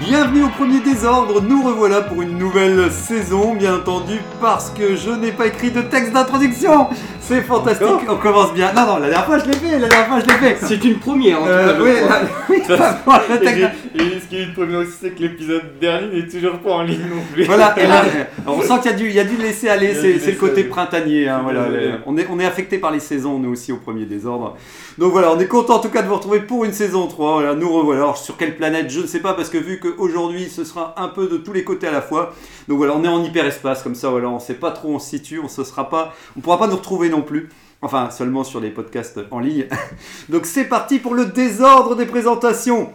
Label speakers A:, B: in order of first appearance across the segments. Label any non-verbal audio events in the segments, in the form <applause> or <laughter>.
A: Bienvenue au premier désordre, nous revoilà pour une nouvelle saison, bien entendu, parce que je n'ai pas écrit de texte d'introduction C'est fantastique, on commence bien. Non, non, la dernière fois je l'ai fait, la dernière fois je l'ai fait
B: C'est une première en
A: Euh,
B: tout cas.
A: oui,
B: je crois.
A: la- oui, vraiment, le
B: Et
A: texte-
B: j'ai- Et ce qui est premier aussi, c'est que l'épisode dernier n'est toujours pas en ligne non plus.
A: <laughs> Voilà, et là, on sent qu'il y a du, il y a du laisser
B: Il
A: aller,
B: y a
A: c'est
B: du
A: c'est le
B: laisser
A: côté
B: aller.
A: printanier. hein,
B: Je suis
A: voilà,
B: désolé.
A: le- on, est, on est affecté par les saisons, nous aussi, au premier désordre. Donc voilà, on est content en tout cas de vous retrouver pour une saison 3. Voilà, nous revoilà. Alors, sur quelle planète, je ne sais pas, parce que vu qu'aujourd'hui, ce sera un peu de tous les côtés à la fois. Donc voilà, on est en hyperespace, comme ça, voilà, on ne sait pas trop où on se situe, on ne sera pas, on pourra pas nous retrouver non plus. Enfin, seulement sur les podcasts en ligne. <laughs> Donc c'est parti pour le désordre des présentations.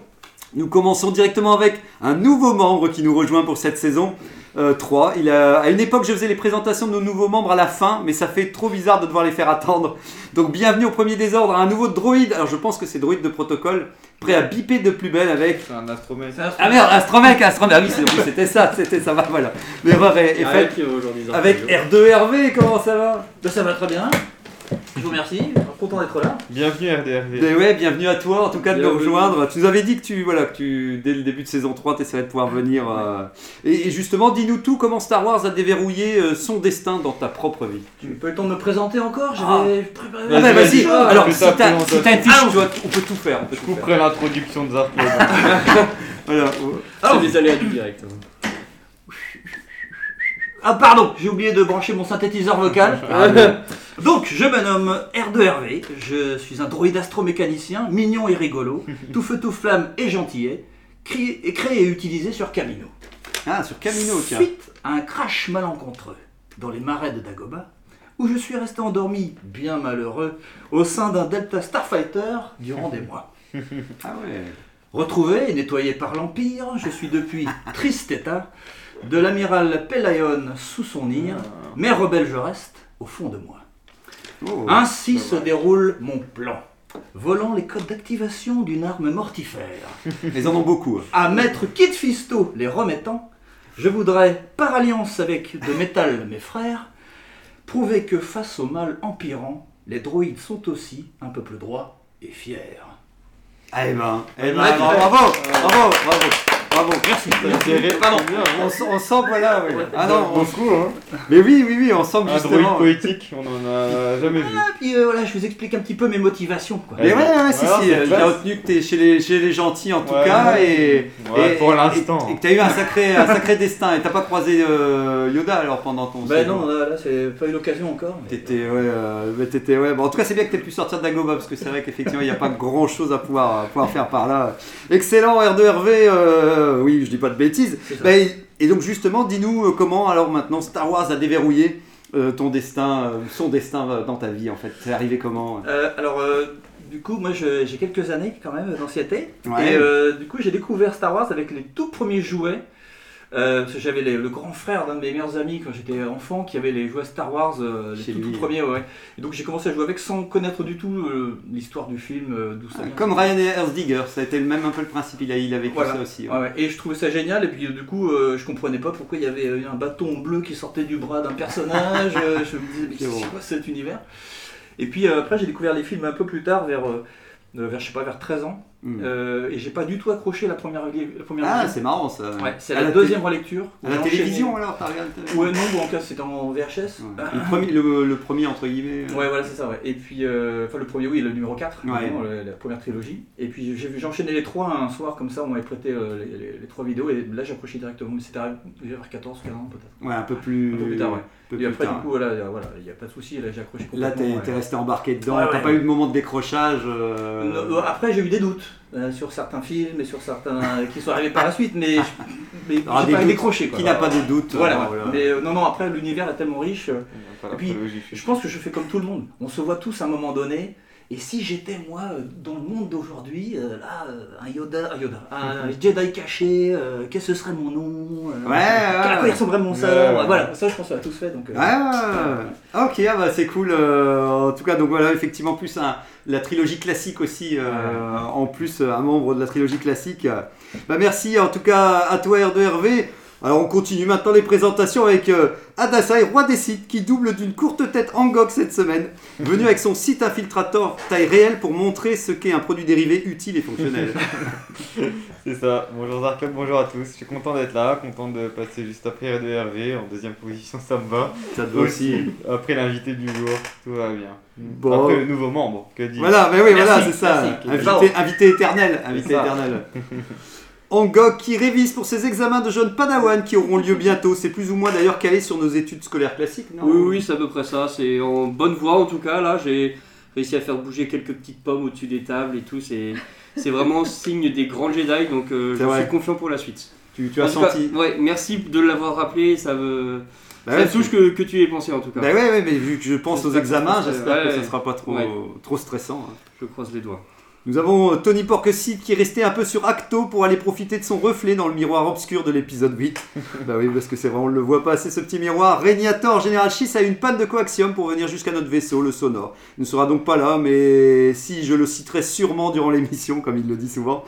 A: Nous commençons directement avec un nouveau membre qui nous rejoint pour cette saison. 3. Euh, Il a- à une époque, je faisais les présentations de nos nouveaux membres à la fin, mais ça fait trop bizarre de devoir les faire attendre. Donc, bienvenue au premier désordre, un nouveau droïde. Alors, je pense que c'est droïde de protocole, prêt à biper de plus belle
B: <laughs>
A: avec.
B: C'est un astromètre.
A: Ah merde, Astromec, Astromec. Ah oui, c'est- oui, c'était ça, c'était ça. va, Voilà. L'erreur est, est faite.
B: Ah, aujourd'hui.
A: Avec R2RV, comment ça va
C: Ça va très bien. Je vous remercie. Content d'être là.
B: Bienvenue RDRV.
A: Mais ouais, bienvenue à toi, en tout cas de nous
B: Bienvenue.
A: rejoindre. Tu nous avais dit que tu, voilà, que tu, dès le début de saison 3, tu de pouvoir venir. euh, et, et justement, dis-nous tout comment Star Wars a déverrouillé euh, son destin dans ta propre vie.
C: Tu peux le temps de me présenter encore J'avais préparé. Ah.
A: Ah bah
B: Vas-y,
A: vas-y,
B: vas-y.
A: alors
B: Fais
A: si
B: ta
A: t'as
B: présentation.
A: si t'as une fiche, tu vois, on peut tout faire. On peut
B: Je
A: tout faire.
B: couperai l'introduction de Zarko.
A: Voilà.
C: Alors-
B: les aléas du direct.
C: Ah pardon, j'ai oublié de brancher mon synthétiseur vocal. Donc je me nomme R2RV. Je suis un droïde astromécanicien, mignon et rigolo, tout feu tout flamme et gentillet, créé et, créé et utilisé sur Camino.
A: Ah, sur Camino, tiens.
C: Suite à un crash malencontreux dans les marais de Dagobah, où je suis resté endormi, bien malheureux, au sein d'un Delta Starfighter durant des mois.
A: Ah ouais.
C: Retrouvé et nettoyé par l'Empire, je suis depuis triste état de l'amiral Pelayon sous son ire, mais rebelle je reste au fond de moi.
A: Oh.
C: Ainsi se déroule mon plan. Volant les codes d'activation d'une arme mortifère,
A: Ils en ont beaucoup. hein.
C: à maître Kit Fisto les remettant, je voudrais, par alliance avec de métal <laughs> mes frères, prouver que face au mal empirant, les droïdes sont aussi un peuple droit et fier.
A: Ah, eh ben, eh ben,
C: Ouais,
A: bravo,
C: ouais.
A: bravo, bravo, bravo, bravo.
C: Merci.
A: Pardon, on, sent- on sent, voilà, ouais. Ah non, on-
B: beaucoup hein.
A: mais oui, oui, oui, on sent que
B: Un droïde
A: justement.
B: poétique, on en a jamais vu.
C: Et puis euh, voilà, je vous explique un petit peu mes motivations. Quoi.
A: Mais ouais, ouais, ouais, si,
B: Voilà,
A: si,
B: c'est
A: euh, j'ai
B: classe.
A: retenu que t'es chez les, chez les gentils en tout
B: Ouais.
A: cas, et,
B: Ouais,
A: et-
B: pour
A: et-
B: l'instant. hein.
A: et, que t'as eu un sacré, un sacré <laughs> destin, et t'as pas croisé euh, Yoda alors pendant ton
C: Ben
A: séjour.
C: non, là, là, c'est pas eu l'occasion encore. mais-
A: T'étais, ouais, euh, mais t'étais, ouais. Bon, en tout cas, c'est bien que t'aies pu sortir de Dagobah parce que c'est vrai qu'effectivement, il n'y a pas grand chose à pouvoir, à pouvoir faire par là. Excellent, R2RV, euh, oui, je dis pas de bêtises.
C: C'est ça.
A: Ben, et donc, justement, dis-nous euh, comment, alors maintenant, Star Wars a déverrouillé euh, ton destin, euh, son destin euh, dans ta vie en fait. C'est arrivé comment
C: Euh, alors, euh, du coup, moi, je- j'ai quelques années quand même d'ancienneté.
A: Ouais.
C: Et euh, du coup, j'ai découvert Star Wars avec les tout premiers jouets. Euh, parce que j'avais les- le grand frère d'un de mes meilleurs amis quand j'étais enfant qui avait les jouets Star Wars, euh, les
A: Chez
C: tout, tout
A: lui.
C: premiers. ouais. Et donc j'ai commencé à jouer avec sans connaître du tout euh, l'histoire du film, euh, d'où ça vient.
A: Comme Ryan Herzdiger, ça a été le même un peu le principe. Il a, il a vécu
C: Voilà.
A: ça aussi. ouais.
C: Ouais, ouais. Et je trouvais ça génial, et puis euh, du coup, euh, je comprenais pas pourquoi il y avait euh, un bâton bleu qui sortait du bras d'un personnage. euh, je me disais, mais
A: <laughs> C'est
C: c'est
A: bon.
C: quoi cet univers Et puis euh, après, j'ai découvert les films un peu plus tard, vers, euh, euh, vers je sais pas, vers 13 ans,
A: Hmm.
C: euh, et j'ai pas du tout accroché la première, li- la première
A: Ah,
C: lecture.
A: c'est marrant ça.
C: Ouais, c'est
A: À
C: la,
A: la
C: deuxième relecture.
A: télé- À la télévision alors, t'as regardé.
C: Ou non, ou en cas, c'était en VHS. <laughs>
A: Ouais.
C: Ah,
A: Le, premier, le, le premier entre guillemets. euh,
C: Ouais, voilà, c'est ça, ouais. Et puis, euh, enfin, le premier, oui, le numéro 4,
A: Ouais.
C: vraiment, le- la première trilogie. Et puis, j'ai vu- j'enchaînais les trois un soir, comme ça, on m'avait prêté euh, les, les- les trois vidéos, et là, j'approchais directement, mais c'était à- vers 14, 15 ans, peut-être.
A: Ouais, un peu plus.
C: Un peu plus tard, ouais.
A: un peu
C: et
A: plus
C: après,
A: tard.
C: du coup, voilà, euh, voilà, il n'y a pas de souci, là, j'ai accroché
A: Là, t'es
C: complètement. ouais.
A: t'es resté embarqué dedans,
C: Ouais,
A: t'as
C: ouais.
A: pas eu de moment de décrochage. euh,
C: Non, euh, Après, j'ai eu des doutes euh, sur certains films et sur certains euh, qui sont arrivés par la suite, mais, je- mais j'ai
A: Ah, des
C: pas
A: doutes.
C: décroché. Quoi.
A: Qui n'a pas de doute.
C: Voilà,
A: euh, voilà.
C: mais euh, non, non, après, l'univers est tellement riche. euh,
B: Enfin,
C: Et puis,
B: apologie, je sais
C: Je pense que je fais comme tout le monde. On se voit tous à un moment donné Et si j'étais, moi, euh, dans le monde d'aujourd'hui, euh, là, euh, un Yoda, un Yoda, un Jedi caché, euh, qu'est-ce que serait mon nom euh,
A: Ouais, ouais,
C: À quoi
A: ouais.
C: il ressemblerait mon sabre
B: Ouais, ouais.
C: Voilà, ça, je pense qu'on l'a tous fait. Donc, euh,
A: Ah, ok, ah bah c'est cool. euh, en tout cas, donc voilà, effectivement, plus un- la trilogie classique aussi, euh, en plus euh, un membre de la trilogie classique. euh. Bah merci en tout cas à toi R2RV. Alors on continue maintenant les présentations avec euh, Adasai, roi des sites, qui double d'une courte tête Angok cette semaine, venu avec son site infiltrator taille réelle pour montrer ce qu'est un produit dérivé utile et fonctionnel.
B: C'est ça. Bonjour Zarkov, bonjour à tous. Je suis content d'être là, content de passer juste après Red Hervé. En deuxième position, ça me va.
A: Ça te va aussi.
B: Après l'invité du jour, tout va bien.
A: Bon.
B: Après le nouveau membre, que dire
A: Voilà, mais oui,
C: Merci,
A: voilà, c'est ça.
C: merci.
A: Invité, invité éternel, invité
B: C'est ça.
A: éternel. Angok qui révise pour ses examens de jeunes Padawan qui auront lieu bientôt. C'est plus ou moins d'ailleurs calé sur nos études scolaires classiques, non
D: Oui,
C: euh,
D: oui, c'est à peu près ça. C'est en bonne voie en tout cas. Là, j'ai réussi à faire bouger quelques petites pommes au-dessus des tables et tout. C'est c'est vraiment <laughs> signe des grands Jedi. Donc, euh,
A: C'est
D: je
A: vrai.
D: suis confiant pour la suite.
A: Tu, tu as
D: En tout cas,
A: senti.
D: ouais, merci de l'avoir rappelé. Ça me,
A: Bah
D: ça
A: ouais,
D: me touche que, que tu y aies pensé en tout cas.
A: Bah ouais, ouais, mais vu que je pense aux
D: J'espère que ça
A: examens,
D: sera-
A: j'espère que
D: ouais,
A: ça
D: ouais.
A: sera pas trop,
D: Ouais.
A: trop stressant. hein.
D: Je croise les doigts.
A: Nous avons euh, Tony Porkesid qui est resté un peu sur Acto pour aller profiter de son reflet dans le miroir obscur de l'épisode 8. bah oui, parce que c'est vrai, on le voit pas assez ce petit miroir. Régnator Général Schiss a une panne de coaxium pour venir jusqu'à notre vaisseau, le sonore. Il ne sera donc pas là, mais si, je le citerai sûrement durant l'émission, comme il le dit souvent.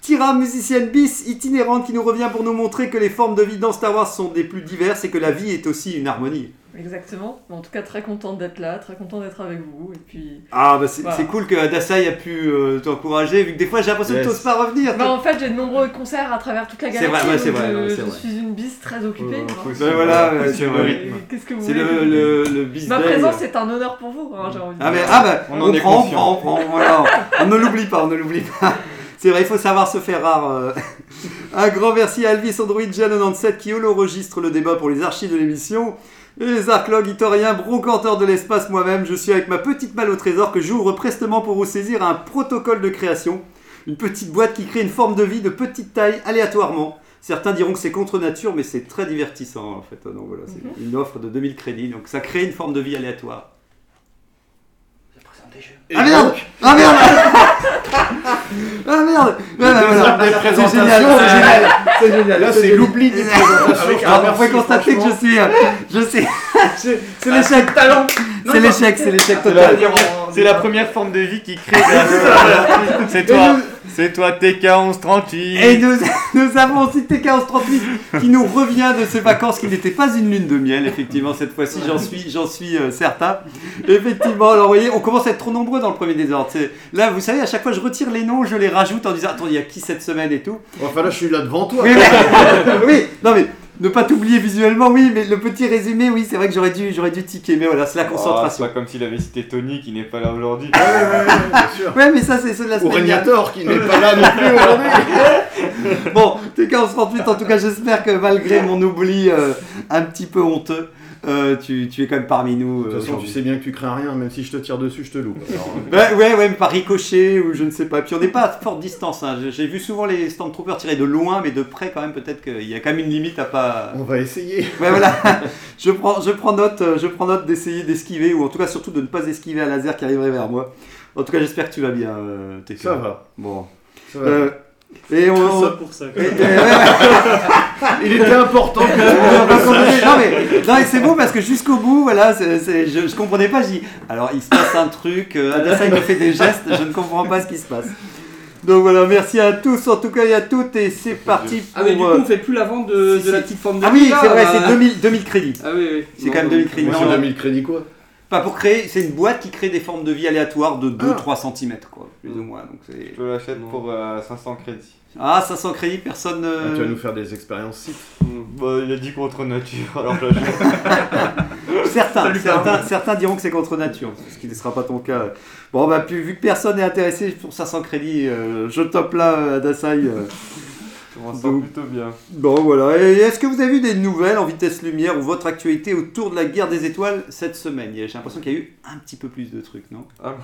A: Tira, musicienne bis, itinérante, qui nous revient pour nous montrer que les formes de vie dans Star Wars sont des plus diverses et que la vie est aussi une harmonie.
E: Exactement. Mais En tout cas, très contente d'être là, très contente d'être avec vous. Et puis, <laughs>
A: Ah, bah c'est
E: Voilà.
A: c'est cool que Adasai a pu euh, t'encourager, vu que des fois j'ai l'impression
B: Yes.
A: que t'oses pas revenir.
E: Bah, en fait, j'ai de nombreux concerts à travers toute la
A: C'est
E: galaxie.
A: vrai, ouais, c'est
E: donc,
A: vrai,
E: euh,
A: ouais, c'est
E: je
A: vrai.
E: suis une bise très occupée.
B: Oh,
E: hein.
B: faut suivre-
A: Ouais, voilà,
B: faut
A: ouais,
B: suivre
A: c'est
B: le
A: vrai.
B: rythme.
E: Qu'est-ce que vous
A: C'est
E: voulez
A: le, le, le euh, bis
E: Ma
A: day.
E: présence est un honneur pour vous, hein, j'ai envie de
A: Ah, mais,
E: dire.
A: ah bah,
B: On
A: on,
B: en est
A: prend, on
B: conscient.
A: prend, on prend, voilà. on ne l'oublie pas, on ne l'oublie pas. <laughs> C'est vrai, il faut savoir se faire rare. euh. <laughs> Un grand merci à Alvis Android Gen 97 qui holoregistre le débat pour les archives de l'émission. Et les arclogues itoriens, brocanteur de l'espace moi-même, je suis avec ma petite malle au trésor que j'ouvre prestement pour vous saisir un protocole de création. Une petite boîte qui crée une forme de vie de petite taille aléatoirement. Certains diront que c'est contre nature, mais c'est très divertissant en fait. Donc voilà, c'est
E: Mhm.
A: une offre de 2000 crédits, donc ça crée une forme de vie aléatoire.
C: je présente des jeux.
A: Ah merde Ah <laughs> merde Ah merde Voilà, voilà. C'est génial, c'est génial, <laughs> c'est génial.
F: Là, c'est l'oubli des présentations. Je te
A: Alors, vous pouvez
F: remercie,
A: constater que je
F: franchement.
A: suis. <laughs> euh, Je sais. je- Ah, C'est l'échec. Talent C'est l'échec, c'est l'échec
B: C'est la-
A: total.
B: C'est la première forme de vie qui
A: <laughs>
B: crée. la- C'est
A: Et
B: toi,
A: nous-
B: c'est toi TK1138.
A: Et nous, <laughs> nous avons aussi TK1138 qui nous revient de ses vacances qui n'étaient pas une lune de miel, effectivement, cette fois-ci, j'en suis, j'en suis euh, certain. Effectivement, alors vous voyez, on commence à être trop nombreux dans le premier désordre. C'est- Là, vous savez, à chaque fois, je retire les noms, je les rajoute en disant, attends, il y a qui cette semaine et tout.
F: Enfin, là, je suis là devant toi.
A: Oui, mais- <laughs> oui, non mais ne pas t'oublier visuellement, oui, mais le petit résumé, oui, c'est vrai que j'aurais dû, j'aurais dû tiquer, mais voilà, c'est la concentration.
B: Oh, c'est pas comme s'il avait cité Tony qui n'est pas là aujourd'hui.
A: Ah
F: Ouais, ouais, Ah, ouais, <laughs> bien sûr.
A: Ouais, mais ça, c'est c'est de la
F: Ou
A: semaine dernière.
F: Régnator qui n'est pas là non plus aujourd'hui.
A: Bon, TK1138, en tout cas, j'espère que malgré mon oubli euh, un petit peu honteux, euh, tu, tu es quand même parmi nous.
F: De
A: euh,
F: toute façon, tu
A: aujourd'hui.
F: sais bien que tu crains rien, même si je te tire dessus, je te loupe. Alors, euh,
A: Ouais, ouais, ouais, mais par ricochet ou je ne sais pas. Puis on n'est pas à forte distance. hein. J'ai- J'ai vu souvent les Stormtroopers tirer de loin, mais de près quand même. Peut-être qu'il y a quand même une limite
F: <laughs>
A: à pas.
F: on va essayer.
A: Ouais, voilà. je prends, je prends note, euh, je prends note d'essayer d'esquiver ou en tout cas surtout de ne pas esquiver un laser qui arriverait vers moi. En tout cas, j'espère que tu vas bien, euh, TK.
F: Ça va.
A: Bon.
F: ça va.
A: Euh, et on.
D: pour ça.
A: et- <laughs> et- ouais, ouais.
F: Il était important <laughs>
A: Non,
F: que.
A: mais, non, mais, non, mais c'est bon parce que jusqu'au bout, voilà, c'est- c'est- je, je comprenais pas. Je dis, alors il se passe un truc, euh, Adassa il me fait des gestes, je ne comprends pas ce qui se passe. Donc voilà, merci à tous, en tout cas et à toutes, et c'est parti pour.
D: Ah, mais du coup,
A: euh,
D: on fait plus la vente de,
A: si,
D: de la
A: si.
D: petite forme de
A: Ah oui,
D: là,
A: c'est vrai,
D: bah.
A: c'est 2000, 2000 crédits.
D: Ah oui, oui.
A: C'est quand même 2000 crédits.
F: Mais
A: Non.
F: sur 2000 crédits quoi
A: Pas pour créer, c'est une boîte qui crée des formes de vie aléatoires de 2-3
F: Ah.
A: cm, quoi, plus ou moins. Donc c'est...
B: Je l'achète pour euh, 500 crédits.
A: Ah, 500 crédits, personne.
F: Ah,
A: euh,
F: Tu vas nous faire des expériences sites.
B: Bah, il a dit contre nature, alors je l'achète.
A: Certains, certains, certains diront que c'est contre nature, ce qui ne sera pas ton cas. Bon, bah, puis, vu que personne n'est intéressé pour 500 crédits, euh, je top là, euh, Adasai. euh.
B: Je m'en sors
A: Donc-
B: plutôt bien.
A: Bon, voilà. Et est-ce que vous avez eu des nouvelles en vitesse lumière ou votre actualité autour de la guerre des étoiles cette semaine J'ai l'impression qu'il y a eu un petit peu plus de trucs, non
B: Ah.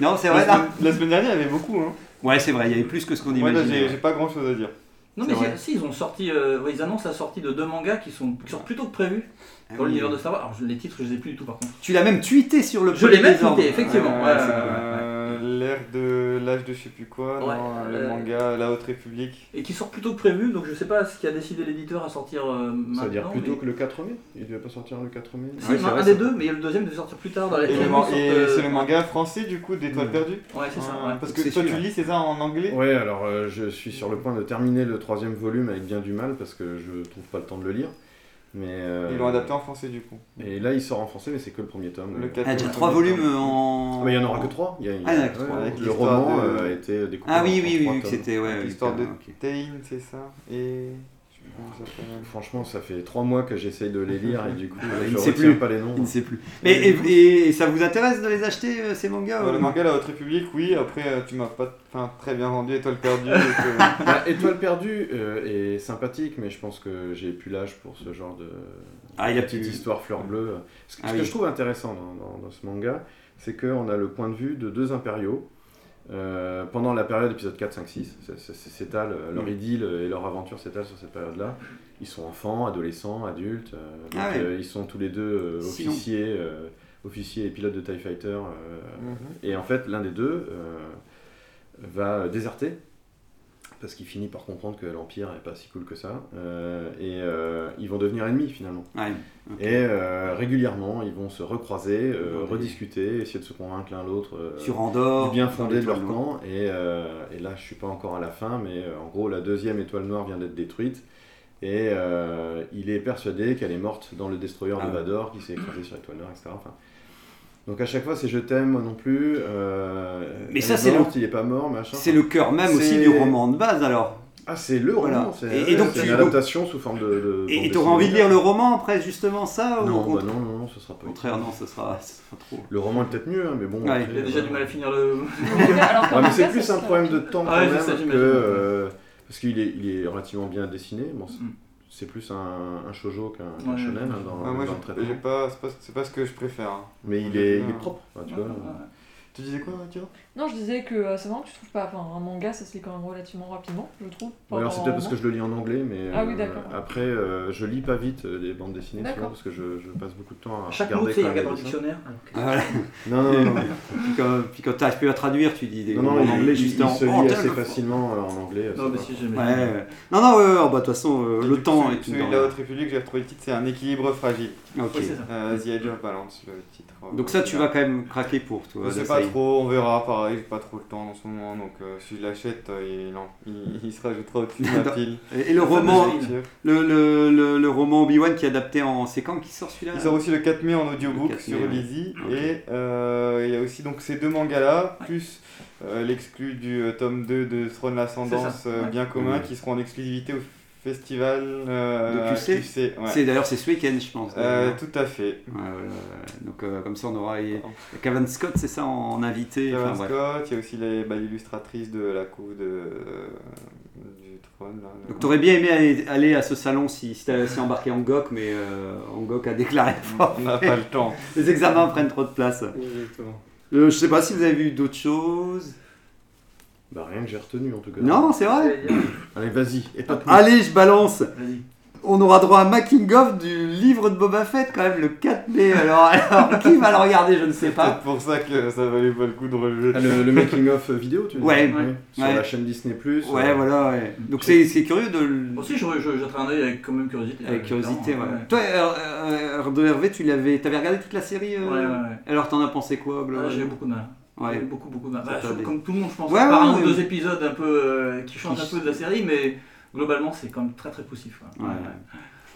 A: Non, c'est
B: La
A: vrai, là
B: semaine, la semaine dernière, il y avait beaucoup. Hein.
A: Ouais, c'est vrai, il y avait plus que ce qu'on
B: Moi, là, j'ai
A: imaginait.
B: j'ai pas grand chose à dire.
C: Non,
A: C'est
C: mais
A: vrai.
C: si, si, ils ont sorti, euh, ouais, ils annoncent la sortie de deux mangas qui sont, qui sortent plutôt que prévu dans
A: Ah oui.
C: l'univers de Star Wars. Alors, je- les titres, je les ai plus du tout par contre.
A: Tu l'as même tweeté sur le
C: Je l'ai même
A: désordre.
C: tweeté, effectivement. Ouais,
A: c'est
C: ouais,
A: cool.
B: Euh, L'ère de l'âge de je sais plus quoi,
C: Ouais,
B: non,
C: euh,
B: le manga, la haute république.
C: Et qui sortent plutôt que prévu, donc je sais pas ce qui a décidé l'éditeur à sortir euh, maintenant.
F: Ça veut dire plutôt
C: mais-
F: que le 4 mai Il devait pas sortir le 4 mai
C: Si,
A: Ouais,
C: un-
A: c'est
C: un
A: vrai,
C: des
A: ça.
C: deux, mais le deuxième devait sortir plus tard dans les
B: Et, le
C: films,
B: man-
C: ils
B: et
C: sortent, euh,
B: c'est le manga français du coup, d'Étoiles
A: Hmm.
B: perdues.
C: Ouais, c'est ça.
B: Euh,
C: ouais.
B: Parce
A: C'est
B: que toi
A: celui-là.
B: tu lis c'est ça en anglais
F: Ouais, alors euh, je suis sur le point de terminer le troisième volume avec bien du mal parce que je trouve pas le temps de le lire. Mais euh,
B: Ils l'ont adapté en français du coup.
F: Et là, il sort en français, mais c'est que le premier tome.
B: Le
F: donc.
B: quatre-
A: Ah, déjà trois volumes en.
F: Ah, mais il y en aura que trois. Il y a, il y a-
A: Ah, il y en a que trois.
B: Avec
F: le
B: l'histoire
F: roman
B: de-
F: euh, a été découpé.
A: Ah
F: en-
A: oui,
F: en
A: oui,
F: trois
A: oui, que
F: tomes.
A: c'était. Ouais, oui,
B: L'histoire de
A: putain, ok. Ah,
B: Tain, c'est ça. Et. Je sais plus comment ça s'appelle.
F: Franchement, ça fait trois mois que j'essaye de
A: <laughs>
F: les lire et du coup,
A: Il
F: je
A: ne sait
F: retiens
A: plus.
F: pas les noms.
A: Il ne sait plus. Mais et, et- et ça vous intéresse de les acheter euh, ces mangas
B: Euh,
A: ou-
B: le manga La Haute République, oui, après euh, tu m'as pas enfin, très bien vendu Étoile
A: <laughs>
B: perdue. donc, euh,
F: Bah, Étoile perdue euh, est sympathique, mais je pense que j'ai plus l'âge pour ce genre de
A: Ah, il a
F: petite
A: plus-
F: histoire fleur bleue. Ce que,
A: Ah
F: ce que
A: oui.
F: je trouve intéressant dans, dans- dans ce manga, c'est qu'on a le point de vue de deux impériaux euh, pendant la période épisode 4, 5, 6. C'est- c'est- c'est- s'étale, euh, leur
A: Mm.
F: idylle et leur aventure s'étale sur cette période-là. Ils sont enfants, adolescents, adultes. euh, donc,
A: Ah ouais.
F: euh, ils sont tous les deux euh,
A: Sinon.
F: officiers, euh, officiers et pilotes de TIE Fighter. euh,
B: Mhm.
A: Mm-hmm.
F: Et en fait, l'un des deux euh, va déserter parce qu'il finit par comprendre que l'Empire n'est pas si cool que ça. euh, et euh, ils vont devenir ennemis finalement.
A: Ouais.
F: Et euh, régulièrement, ils vont se recroiser, euh,
A: Ouais.
F: rediscuter, essayer de se convaincre l'un l'autre euh,
A: Sur Andorre.
F: du bien
A: dans
F: fondé de
A: l'Étoile
F: leur
A: Noire.
F: camp. Et, euh, et là, je suis pas encore à la fin, mais euh, en gros, la deuxième étoile noire vient d'être détruite. Et euh, il est persuadé qu'elle est morte dans le destroyer
A: Ah
F: de
A: ouais.
F: Vador qui s'est écrasé sur l'étoile noire, etc. Enfin, donc à chaque fois, c'est je t'aime, moi non plus. euh,
A: Mais
F: elle
A: ça,
F: est
A: c'est le-
F: morte, il est pas mort, machin.
A: C'est le cœur même aussi
F: C'est-
A: du roman de base alors.
F: Ah, c'est le
A: Voilà.
F: roman. c'est-
A: Et- et donc,
F: c'est
A: tu-
F: une adaptation sous forme de. de
A: Et
F: bande
A: et t'auras envie de
F: dessinée.
A: lire le roman après justement ça ou au
F: Non, bah
A: contra-
F: non, non, non, ce sera
A: au
F: pas.
A: contraire non, ce sera, ce sera trop.
F: Le roman est peut-être mieux, hein, mais bon.
A: Ouais,
F: après,
C: Il a déjà
F: voilà.
C: du mal à finir le.
E: <laughs> Alors
F: Ouais,
E: qu'en
F: mais
E: manga,
F: c'est plus
E: ça <laughs>
F: un
E: se-
F: problème de temps
C: Ah
F: quand
C: ouais, c'est
F: même
C: ça,
F: que.
C: j'imagine.
F: euh, parce qu'il est, il est relativement bien dessiné. Bon, c'est-
C: Mm.
F: c'est plus un, un shoujo qu'un qu'un
C: Ouais,
F: shonen
C: ouais.
F: hein, dans,
B: Ah, moi,
F: dans le
B: j'ai-
F: traitement.
B: j'ai pas, c'est pas, c'est pas ce que je préfère. hein.
F: Mais il
B: j'ai
F: est,
B: bien-
F: il est propre. enfin, tu vois.
B: Tu disais quoi, Arthur
E: Non, je disais que euh, c'est marrant que tu trouves pas. Enfin, un manga, ça se lit quand même relativement rapidement, je trouve.
F: Ou alors c'est peut-être parce que je le lis en anglais, mais
E: Ah oui,
F: euh,
E: d'accord.
F: après euh, je lis pas vite euh, les bandes dessinées souvent,
E: D'accord.
F: parce que je, je passe beaucoup de temps à
C: Chaque mot,
F: regarder.
C: tu sais, il
F: quand
C: regarde
F: même
C: dans le
F: les dessins.
C: dictionnaire.
A: Voilà.
F: <laughs> Non, non, non, non.
C: <laughs>
A: puis quand, puis quand t'arrives plus à traduire, tu dis des
F: Non, non,
A: mots
F: il,
A: en anglais
F: il-
A: juste
F: il
A: en
F: se lit
A: oh,
F: assez
A: tellement-
F: facilement euh, en anglais. ça
C: Non, mais
F: va.
C: si, jamais.
A: Ouais, ouais. Non, non, ouais, ouais, bah de toute façon, euh, le temps
B: Celui-
A: est une
B: Celui de La Haute République, j'ai retrouvé le titre, c'est Un équilibre fragile.
A: Ok.
C: Oui, c'est ça.
B: Euh, The Edge of Balance, le titre. euh,
A: Donc ça, tu vas
B: voilà.
A: quand même craquer pour, toi.
B: Je sais
A: là,
B: pas
A: ça y est.
B: trop, on verra, pareil, j'ai pas trop le temps en ce moment, donc euh, si je l'achète, euh, il, en- il, il se rajoutera au-dessus de ma
A: <laughs> Dans-
B: pile.
A: Et, et le
B: <laughs>
A: roman,
B: Arthur.
A: le, le, le, le roman Obi-Wan qui est adapté en séquence, qui sort celui-là
B: Il sort aussi le 4 mai en audiobook
A: Le 4 mai,
B: sur
A: ouais.
B: Lizzie.
A: Ok.
B: Et euh, il y a aussi donc ces deux mangas là, plus euh, l'exclu du euh, tome 2 de Throne l'Ascendance
C: C'est ça,
B: euh,
C: ouais.
B: bien commun
A: Ouais.
B: qui seront en exclusivité au festival euh,
A: De QC.
B: QC, ouais.
A: C'est d'ailleurs c'est ce week-end, je pense.
B: Euh,
A: d'ailleurs.
B: tout à fait.
A: Ouais, voilà, ouais. Donc euh, comme ça, on aura et- Kevin Scott, c'est ça, en, en invité.
B: Karen
A: enfin, bref.
B: Scott, il y a aussi les- bah, l'illustratrice de la couve de, euh, du trône. Là,
A: Donc t'aurais bien aimé aller, aller à ce salon si, si t'avais aussi embarqué Angok, mais euh, Angok a déclaré fort. <laughs>
B: On n'a pas le temps.
C: <laughs>
A: Les examens prennent trop de place.
B: Exactement.
A: Euh, je sais pas si vous avez vu d'autres choses.
F: Bah, rien que j'ai retenu en tout cas.
A: Non, c'est vrai.
F: Allez, vas-y. Et toi
A: Allez, je balance.
C: Vas-y.
A: On aura droit à un making of du livre de Boba Fett quand même le 4 mai. Alors, alors, qui va le regarder, je ne sais pas.
B: Peut-être pour ça que ça valait pas le coup de relever.
F: Ah, le, le making of vidéo, tu veux
A: Ouais.
F: dire Oui. Sur
A: Ouais.
F: la chaîne Disney+. euh,
A: Ouais, voilà. Ouais. Donc c'est
C: euh,
A: c'est curieux de. le-
C: Aussi, je, je, j'atteins un œil avec quand même curiosité.
A: Avec
C: euh,
A: curiosité, ouais.
C: clairement,
A: Toi, euh, euh, R2RV, tu l'avais, t'avais regardé toute la série.
C: Ouais,
A: euh,
C: ouais, ouais.
A: Alors t'en as pensé quoi,
C: Là, j'ai eu
A: globalement
C: beaucoup de mal. J'ai eu
A: Ouais.
C: beaucoup, beaucoup de mal.
A: Ça
C: Bah,
A: t'a
C: je-
A: dé-
C: comme tout le monde, je pense,
A: Ouais,
C: par
A: ouais,
C: un
A: ouais.
C: ou deux épisodes un peu euh, qui changent un
A: Qui-
C: peu de la série, mais globalement, c'est quand même très très poussif. quoi.
A: Ouais.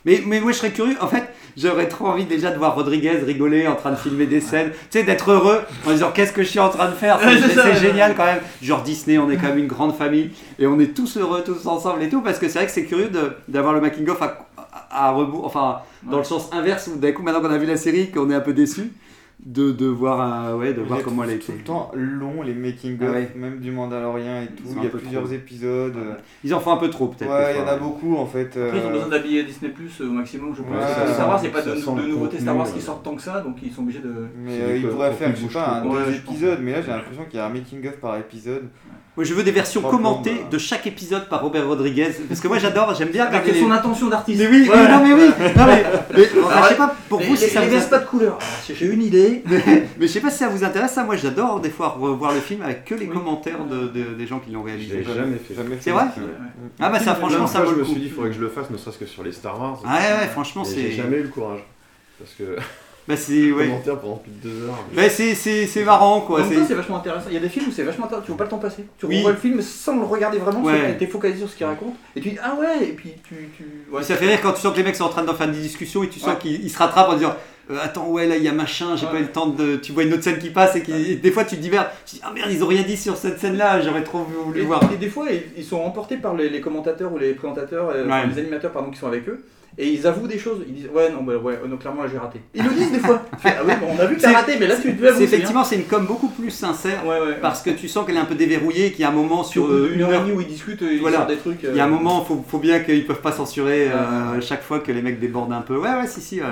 A: Mais, mais moi je serais curieux, en fait j'aurais trop envie déjà de voir Rodriguez rigoler en train de filmer des scènes, tu sais d'être heureux en disant qu'est-ce que je suis en train de faire, c'est
C: Ouais, c'est ça,
A: c'est
C: ouais,
A: génial
C: ouais.
A: quand même, genre Disney on est quand même une grande famille et on est tous heureux tous ensemble et tout parce que c'est vrai que c'est curieux de- d'avoir le making of à, à, à rebours, enfin dans
C: Ouais.
A: le sens inverse où d'un coup maintenant qu'on a vu la série qu'on est un peu déçu de, de voir, euh, ouais, de
B: Il
A: voir
B: est
A: comment
B: tout,
A: elle a
B: tout
A: été.
B: le temps long les making of
A: Ah ouais.
B: même du Mandalorian et
A: Ils
B: tout
A: sont
B: il y
A: un
B: a
A: peu
B: plusieurs
A: trop.
B: épisodes euh,
A: Ils en font un peu trop peut-être. des
B: ouais il y en
A: fois.
B: a beaucoup en fait
C: Après, ils ont
B: euh,
C: besoin d'habiller Disney Plus euh, au maximum, je pense.
B: Ouais,
C: Parce que
B: ça
C: Star Wars,
F: sent-
C: c'est pas de,
F: ça sent
C: de
F: le
C: nouveautés
F: contenu,
C: Star Wars
F: ouais.
C: qui sortent tant que ça, donc ils sont obligés de.
B: mais
F: C'est
B: euh,
F: du
B: ils
F: co-
B: pourraient
F: contenu
B: faire je sais
F: bouche
B: pas un
C: trou. Ouais,
B: deux
C: je pense.
B: épisodes mais là j'ai l'impression qu'il y a un making of par épisode
A: Moi, je veux des versions
B: Trois plombes,
A: commentées
B: hein.
A: de chaque épisode par Robert Rodriguez. Parce que moi, j'adore, j'aime bien regarder.
C: Avec
A: les-
C: son intention d'artiste.
A: Mais oui,
C: Voilà.
A: mais non, mais oui. Non, mais, mais- enfin, je sais pas pour
C: Les-
A: vous si
C: les-
A: ça
C: les
A: vous
C: laisse pas de couleur. Ah, J'ai une idée.
A: Mais je sais pas si ça vous intéresse, ça. Moi, j'adore des fois revoir le film avec que les commentaires de, de- des gens qui l'ont
F: Je
A: réalisé.
F: l'ai jamais fait.
B: Jamais fait.
A: C'est vrai
F: Ouais.
A: Ah bah ça,
F: Plein
A: franchement,
F: de
A: ça
F: fois,
A: vaut
F: je
A: le
F: me
A: coup.
F: suis dit, il faudrait que je le fasse, ne serait-ce que sur les Star Wars.
A: Ah ouais, ouais, franchement,
F: Mais
A: c'est.
F: J'ai jamais eu le courage. Parce
A: <laughs>
F: que
A: Bah c'est, ouais.
F: commentaire pendant plus de deux heures.
A: Bah c'est, c'est, c'est marrant
C: En
A: quoi.
C: même temps,
A: C'est...
C: c'est vachement intéressant. Il y a des films où c'est vachement intéressant. Tu vois pas le temps passer. Tu
A: Oui.
C: revois le film sans le regarder vraiment.
A: Ouais.
C: tu T'es focalisé sur ce qu'il raconte. Et tu dis ah ouais. Et puis tu. tu... ouais.
A: Ça fait rire quand tu sens que les mecs sont en train de faire des discussions et tu sens
C: Ouais.
A: qu'ils ils se rattrapent en disant Euh, Attends, ouais, là il y a machin, j'ai
C: Ouais.
A: pas eu le temps de. Tu vois une autre scène qui passe et, qui... et des fois tu te dis merde, tu dis, Ah merde, ils ont rien dit sur cette scène là, j'aurais trop voulu
C: Et,
A: voir.
C: et des fois, ils, ils sont emportés par les, les commentateurs ou les présentateurs, euh,
A: Ouais.
C: enfin, les animateurs pardon, qui sont avec eux, et ils avouent des choses. Ils disent ouais non bah ouais euh, non, clairement là j'ai raté. Ils le disent des fois. Tu fais, ah oui bon, on a vu que
A: C'est-
C: t'as raté, mais là tu devais
A: C'est
C: avouer. hein. c'est bien.
A: effectivement, c'est une com beaucoup plus sincère
C: Ouais ouais.
A: parce que tu sens qu'elle est un peu déverrouillée et qu'il y a un moment sur
C: sur
A: euh,
C: une heure et demie où ils discutent, ils
A: Voilà.
C: sortent des trucs. euh,
A: Il y a un moment, faut, faut bien qu'ils peuvent pas censurer euh, chaque fois que les mecs débordent un peu. Ouais, ouais, si, si. ouais.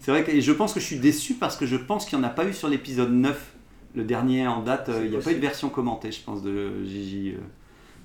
A: C'est vrai que et je pense que je suis déçu parce que je pense qu'il n'y en a pas eu sur l'épisode 9, le dernier en date. euh,
C: C'est
A: Il n'y a pas eu
C: possible.
A: de version commentée, je pense, de Gigi. euh.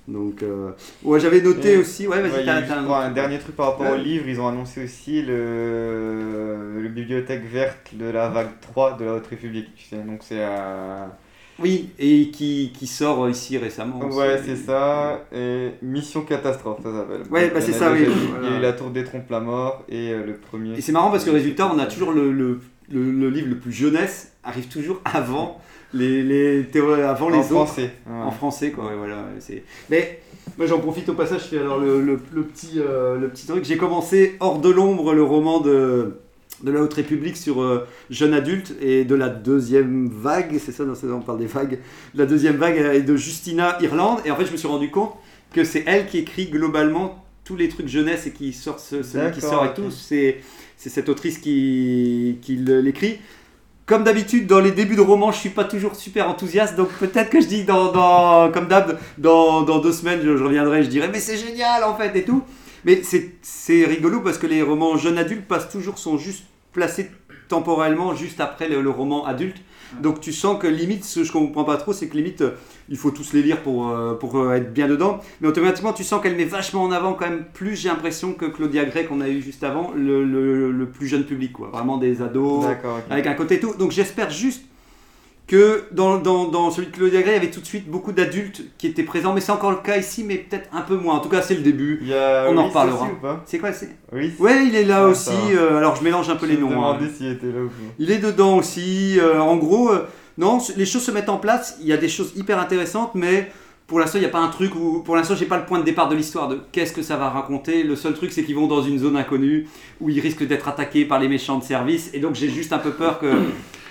A: Donc, euh, ouais, j'avais noté
B: Et-
A: aussi. Ouais, vas-y,
B: Ouais, il y
A: t'as-
B: a eu,
A: t'as
B: je
A: un-
B: crois, un dernier truc par rapport au
A: Ouais.
B: livre, ils ont annoncé aussi le, le bibliothèque verte de la vague 3 de la Haute République. tu sais. Donc c'est euh, un...
A: Oui, et qui, qui sort euh, ici récemment.
B: Ouais,
A: aussi.
B: c'est ça. Et Mission Catastrophe, ça s'appelle.
A: Ouais, bah,
B: Il y
A: c'est
B: en a
A: ça,
B: deux,
A: oui.
B: j'ai dit. Il y a
A: Voilà.
B: eu La Tour des Trompes, la mort et euh, le premier.
A: Et c'est marrant parce que résultat, on a toujours le, le, le- le livre le plus jeunesse arrive toujours avant les, les, théo- avant les
B: en
A: autres.
B: français. ouais.
A: en français quoi ouais, voilà ouais, c'est mais moi j'en profite au passage je fais alors le, le- le petit euh, le petit truc j'ai commencé hors de l'ombre le roman de de la Haute République sur euh, jeune adulte et de la deuxième vague c'est ça dans ce on parle des vagues de la deuxième vague euh, et de Justina Irlande et en fait je me suis rendu compte que c'est elle qui écrit globalement tous les trucs jeunesse et qui sort ce, celui qui
B: D'accord,
A: sort et
B: ok.
A: tout c'est c'est cette autrice qui, qui le- l'écrit comme d'habitude, dans les débuts de romans, je suis pas toujours super enthousiaste, donc peut-être que je dis dans, dans- comme d'hab, dans, dans deux semaines, je, je reviendrai, je dirai, mais c'est génial en fait et tout. Mais c'est- c'est rigolo parce que les romans jeunes adultes passent toujours, sont juste placés temporellement juste après le, le roman adulte. Donc tu sens que limite, ce que je comprends pas trop, c'est que limite, euh, il faut tous les lire pour, euh, pour euh, être bien dedans. Mais automatiquement, tu sens qu'elle met vachement en avant quand même plus, j'ai l'impression, que Claudia Gray qu'on a eu juste avant, le, le- le plus jeune public, quoi. Vraiment des ados
B: D'accord, ok.
A: avec un côté tout. Donc j'espère juste que dans, dans, dans celui de Claudia Gray, il y avait tout de suite beaucoup d'adultes qui étaient présents, mais c'est encore le cas ici, mais peut-être un peu moins. En tout cas, c'est le début.
B: Il y a
A: On en
B: Rhys
A: reparlera.
B: aussi ou pas
A: C'est quoi c'est...
B: Rhys
A: Ouais, il est là
B: Ouais,
A: aussi.
B: ça va.
A: euh, alors je mélange un peu les
B: Je me
A: noms. hein.
B: demandais s'il était là ou pas.
A: Il est dedans aussi. euh, en gros, euh, non, c- les choses se mettent en place. Il y a des choses hyper intéressantes, mais pour l'instant, il n'y a pas un truc où. Pour l'instant, j'ai pas le point de départ de l'histoire de qu'est-ce que ça va raconter. Le seul truc, c'est qu'ils vont dans une zone inconnue où ils risquent d'être attaqués par les méchants de service. Et donc, j'ai juste un peu peur que.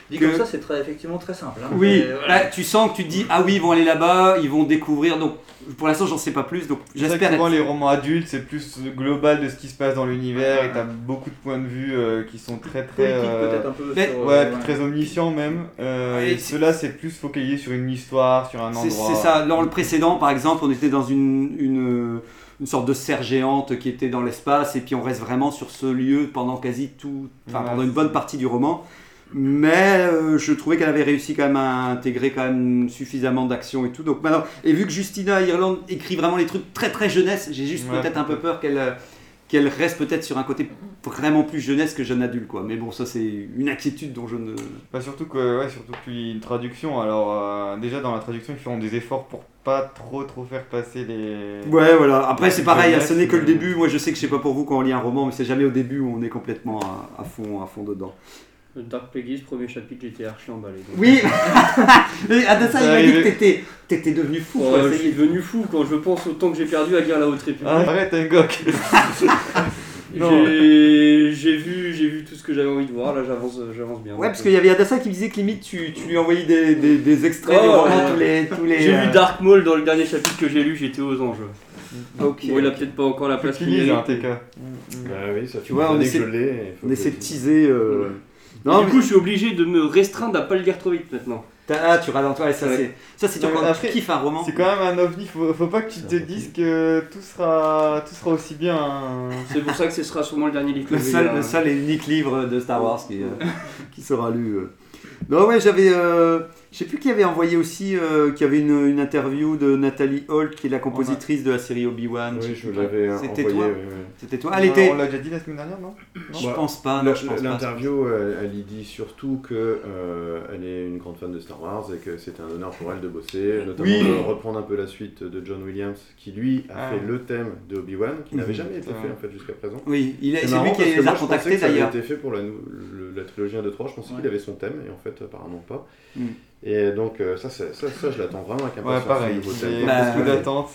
C: Dit
A: que-
C: comme ça, c'est très, effectivement très simple. hein.
A: Oui,
C: Mais voilà.
A: bah, tu sens que tu te dis ah oui ils vont aller là-bas, ils vont découvrir. Donc pour l'instant j'en sais pas plus, donc
B: C'est vrai que
A: j'espère.
B: Souvent,
A: être-
B: les romans adultes, c'est plus global de ce qui se passe dans l'univers et t'as beaucoup de points de vue euh, qui sont très très.
C: politique
B: euh,
C: peut-être un peu.
A: mais-
C: sur,
B: Ouais,
C: euh,
B: puis très omniscient même. Euh,
A: hein. Ouais,
B: et
A: c'est-
B: ceux-là, c'est plus focalisé sur une histoire, sur un endroit.
A: C'est c'est ça. Dans le précédent par exemple, on était dans une, une, une sorte de serre géante qui était dans l'espace et puis on reste vraiment sur ce lieu pendant quasi tout, enfin
B: Ouais,
A: pendant une
B: c'est-
A: bonne partie du roman. Mais euh, je trouvais qu'elle avait réussi quand même à intégrer quand même suffisamment d'action et tout. Donc maintenant, et vu que Justina Ireland écrit vraiment les trucs très très jeunesse, j'ai juste
B: Ouais.
A: peut-être un peu peur qu'elle euh, qu'elle reste peut-être sur un côté vraiment plus jeunesse que jeune adulte quoi. Mais bon, ça c'est une inquiétude dont je ne.
B: Bah, surtout que, ouais, surtout que lui, une traduction. Alors, euh, déjà dans la traduction, ils font des efforts pour pas trop trop faire passer les.
A: Ouais, voilà. Après c'est pareil, hein, ce n'est que le
B: Jeunesse,
A: début. Moi je sais que je sais pas pour vous quand on lit un roman, mais c'est jamais au début où on est complètement à, à fond à fond dedans.
D: Le Dark Plagueis, premier chapitre, j'étais archi emballé. donc.
A: Oui. <laughs> Et à ça, il m'a dit que
B: Arrivé.
A: t'étais t'étais devenu fou.
D: Oh,
A: quoi.
D: je
A: Ça y
D: suis
A: est.
D: devenu fou quand je pense au temps que j'ai perdu à lire la Haute République.
B: Ah, Arrête, un goc non.
D: J'ai j'ai vu, j'ai vu tout ce que j'avais envie de voir. Là, j'avance, j'avance bien.
A: Ouais, parce qu'il y avait Adassa qui me disait que limite tu, tu lui envoyais des, des, des extraits des
D: Oh,
A: romans
D: ouais.
A: tous les. Tous les
D: J'ai
A: euh,
D: lu Dark Maul dans le dernier chapitre que j'ai lu, j'étais aux anges.
A: ok.
D: Bon, il a peut-être pas encore la place
B: Qui
D: qu'il
B: lise, hein,
D: mérite.
B: TK
F: Bah oui, ça fait
A: Tu vois,
F: des
A: on
F: années
A: essaie-
F: que je l'ai, il faut
A: On
F: que
A: essaie
F: je-
A: de teaser. euh,
D: Mais
A: Non,
D: du
A: mais-
D: coup, je suis obligé de me restreindre à pas le lire trop vite maintenant.
A: T'as- Ah, tu ralentis. Ouais, ça,
D: Ouais.
A: c'est- ça, c'est dur
B: Ouais,
A: quand
B: après,
A: tu kiffes un roman.
B: C'est quand même un ovni, faut, faut pas que tu te dises que tout sera, tout sera aussi bien. hein.
D: C'est pour ça que ce sera sûrement le dernier livre que
A: Le
D: je vais
A: seul,
D: lire,
A: le
F: <laughs>
D: hein.
A: seul et unique livre de Star Wars qui, euh, qui sera lu. euh. Non, ouais, j'avais. euh, Je sais plus qui avait envoyé aussi, euh, qui avait une, une interview de Nathalie Holt, qui est la compositrice de la série Obi-Wan.
F: Oui, je vous l'avais euh,
A: C'était
F: envoyé.
A: toi
F: oui, oui.
A: C'était toi. Ah, elle était-
B: On l'a déjà dit la semaine dernière, non
A: Je
F: Bah,
A: pense pas. Non,
F: La-
A: je pense pas.
F: L'interview, elle, elle y dit surtout que euh, elle est une grande fan de Star Wars et que c'était un honneur pour elle de bosser, notamment
A: Oui.
F: de reprendre un peu la suite de John Williams, qui lui a
B: Ah.
F: fait le thème de Obi-Wan, qui n'avait
A: Mhm.
F: jamais été
B: Putain.
F: fait en fait jusqu'à présent.
A: Oui, il a- c'est
F: marrant
A: lui qui
F: parce que
A: les
F: moi,
A: a
F: je pensais
A: contactés
F: que ça avait
A: d'ailleurs.
F: été fait pour la, nou- le- la trilogie 1, 2, 3, je pensais qu'il avait son thème, et en fait, apparemment pas.
A: Mhm.
F: Et donc, euh, ça, c'est- ça, ça, je l'attends vraiment
A: Ah,
F: avec
B: Ouais,
F: impatience. le
B: pareil.
F: nouveau thème.
B: J'ai
A: Bah,
B: beaucoup d'attente.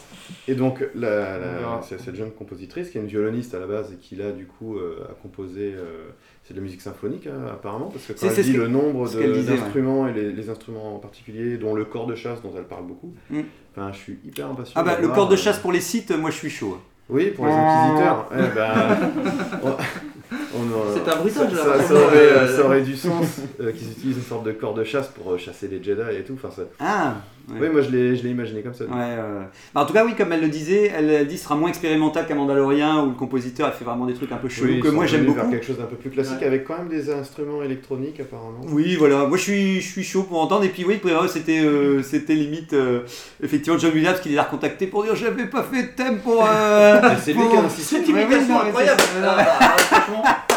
F: Et donc, la, la-
B: On verra.
F: c'est cette jeune compositrice qui est une violoniste à la base et qui, là, du coup, euh, a composé. euh, c'est de la musique symphonique, hein, apparemment, parce que
A: C'est-
F: quand
A: c'est
F: elle
A: ce
F: dit
A: que-
F: le nombre
A: ce qu'elle
F: de-
A: disait, ouais.
F: d'instruments et les, les instruments en particulier, dont le corps de chasse dont elle parle beaucoup,
A: Mm.
F: enfin, je suis hyper impatient.
A: Ah bah
F: de
A: le
F: voir,
A: corps de
F: euh,
A: chasse pour les sites, moi je suis chaud. hein.
F: Oui, pour les inquisiteurs.
A: Oh.
F: Eh
A: <laughs>
F: ben, on- on en-
D: C'est un bruitage,
F: ça,
D: là,
F: ça- ça
D: vraiment,
F: aurait,
D: euh,
F: ça aurait du sens euh, qu'ils utilisent une sorte de corps de chasse pour euh, chasser les Jedi et tout. Enfin, ça-
A: Ah Ouais.
F: Oui, moi, je l'ai je l'ai imaginé comme ça.
A: Ouais, euh, bah, en tout cas, oui, comme elle le disait, elle a dit ce sera moins expérimental qu'un Mandalorian où le compositeur a fait vraiment des trucs un peu chelous
F: Oui,
A: que
F: ils
A: moi
F: sont
A: j'aime
F: revenus
A: beaucoup.
F: vers quelque chose d'un peu plus classique avec quand même des instruments électroniques apparemment.
A: Oui, voilà, moi je suis, je suis chaud pour entendre. Et puis oui, pour eux, c'était euh, c'était limite euh, effectivement John Williams qui les a recontactés pour dire j'avais pas fait de thème pour.
F: <laughs>
A: euh,
F: Et c'est lui
A: pour-
F: qui a insisté.
A: Ouais, ouais, non, mais
C: incroyable. Ah, bah,
A: c'est- voilà. <laughs>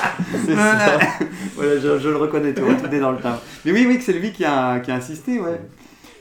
A: Voilà. <laughs> Voilà, je, je le reconnais, tu vois, tout est dans le timbre. Mais oui, oui, que c'est lui qui a, qui a insisté, ouais.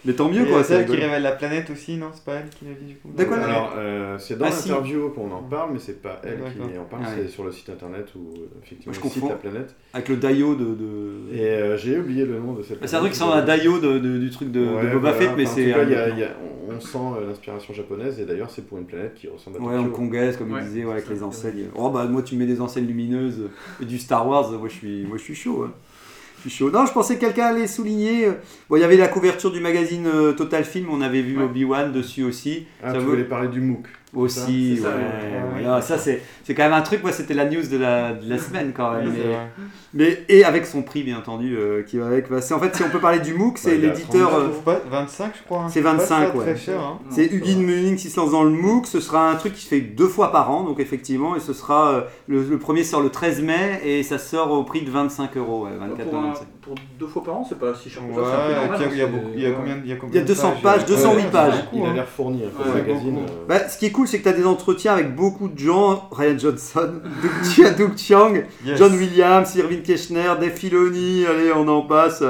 A: Mais tant mieux,
B: Et
A: quoi.
B: C'est elle qui
A: rigolo.
B: révèle la planète aussi, non C'est pas elle qui l'a dit du coup
A: De quoi, la-
F: Alors, euh, c'est dans
A: Ah, si.
F: l'interview qu'on en parle, mais c'est pas elle qui
B: D'accord.
F: en parle,
A: Ah,
F: c'est
A: ouais.
F: sur le site internet ou euh, effectivement
A: Je
F: le site
A: confonds.
F: La Planète.
A: Avec le Daio de. de-
F: Et euh, j'ai oublié le nom de cette.
A: Bah, c'est un truc qui
F: planète.
A: ressemble à Daio de, de- du truc de, de
F: Ouais,
A: Boba
F: voilà.
A: Fett, mais
F: Enfin, en
A: c'est.
F: tout cas,
A: un-
F: il y a- il y a- on, on sent euh, l'inspiration japonaise et d'ailleurs c'est pour une planète qui ressemble à
A: Ouais,
F: Tokyo.
A: hongkongaise, comme
G: Ouais,
A: il disait, ouais, avec
G: c'est
A: les
G: ça.
A: enseignes. Oh bah moi tu me mets des enseignes lumineuses et du Star Wars, moi je suis, moi, je suis chaud. hein. Je suis chaud. Non, je pensais que quelqu'un allait souligner. euh, Bon, il y avait la couverture du magazine euh, Total Film, on avait vu
G: Ouais.
A: Obi-Wan dessus aussi.
F: Ah,
A: Ça
F: tu
A: veut-
F: voulais parler du MOOC.
A: Aussi,
F: C'est ça,
A: ouais,
F: ouais.
A: voilà. ça c'est, c'est quand même un truc, moi c'était la news de la, de la semaine quand
B: Ouais,
A: même.
B: c'est
A: mais-
B: vrai.
A: mais, et avec son prix bien entendu euh, qui va avec. Bah, c'est, en fait si on peut parler du MOOC, c'est
F: Bah, il a
A: l'éditeur...
B: Ça
A: euh,
B: trouve pas- 25 je crois. hein.
A: C'est
B: pas
A: 25,
B: ça
A: ouais.
B: Très cher, hein.
A: C'est Huguin Muning qui se lance dans le MOOC. Ce sera un truc qui se fait deux fois par an, donc effectivement, et ce sera euh, le, le premier sort le 13 mai et ça sort au prix de 25 euros, ouais, 24
C: pour, un-
A: 25.
C: pour deux fois par an, c'est pas si cher que
B: Ouais,
C: ça. c'est un peu normal,
B: et puis, il y a
C: c'est-
B: beaucoup. Il y a combien il y a combien
A: Il y a
B: de
A: 200 pages, 208
B: Ouais,
A: pages.
B: c'est beaucoup,
F: Il a
B: hein.
F: l'air fourni, hein, pour
C: Ouais,
F: le magazine.
B: beaucoup.
F: euh,
A: Bah, ce qui est cool, c'est que tu as des entretiens avec beaucoup de gens Ryan Johnson, <laughs> Doug Chia- Doug Chiang,
B: Yes.
A: John Williams, Irving Keschner, Dave Filoni, allez, on en passe.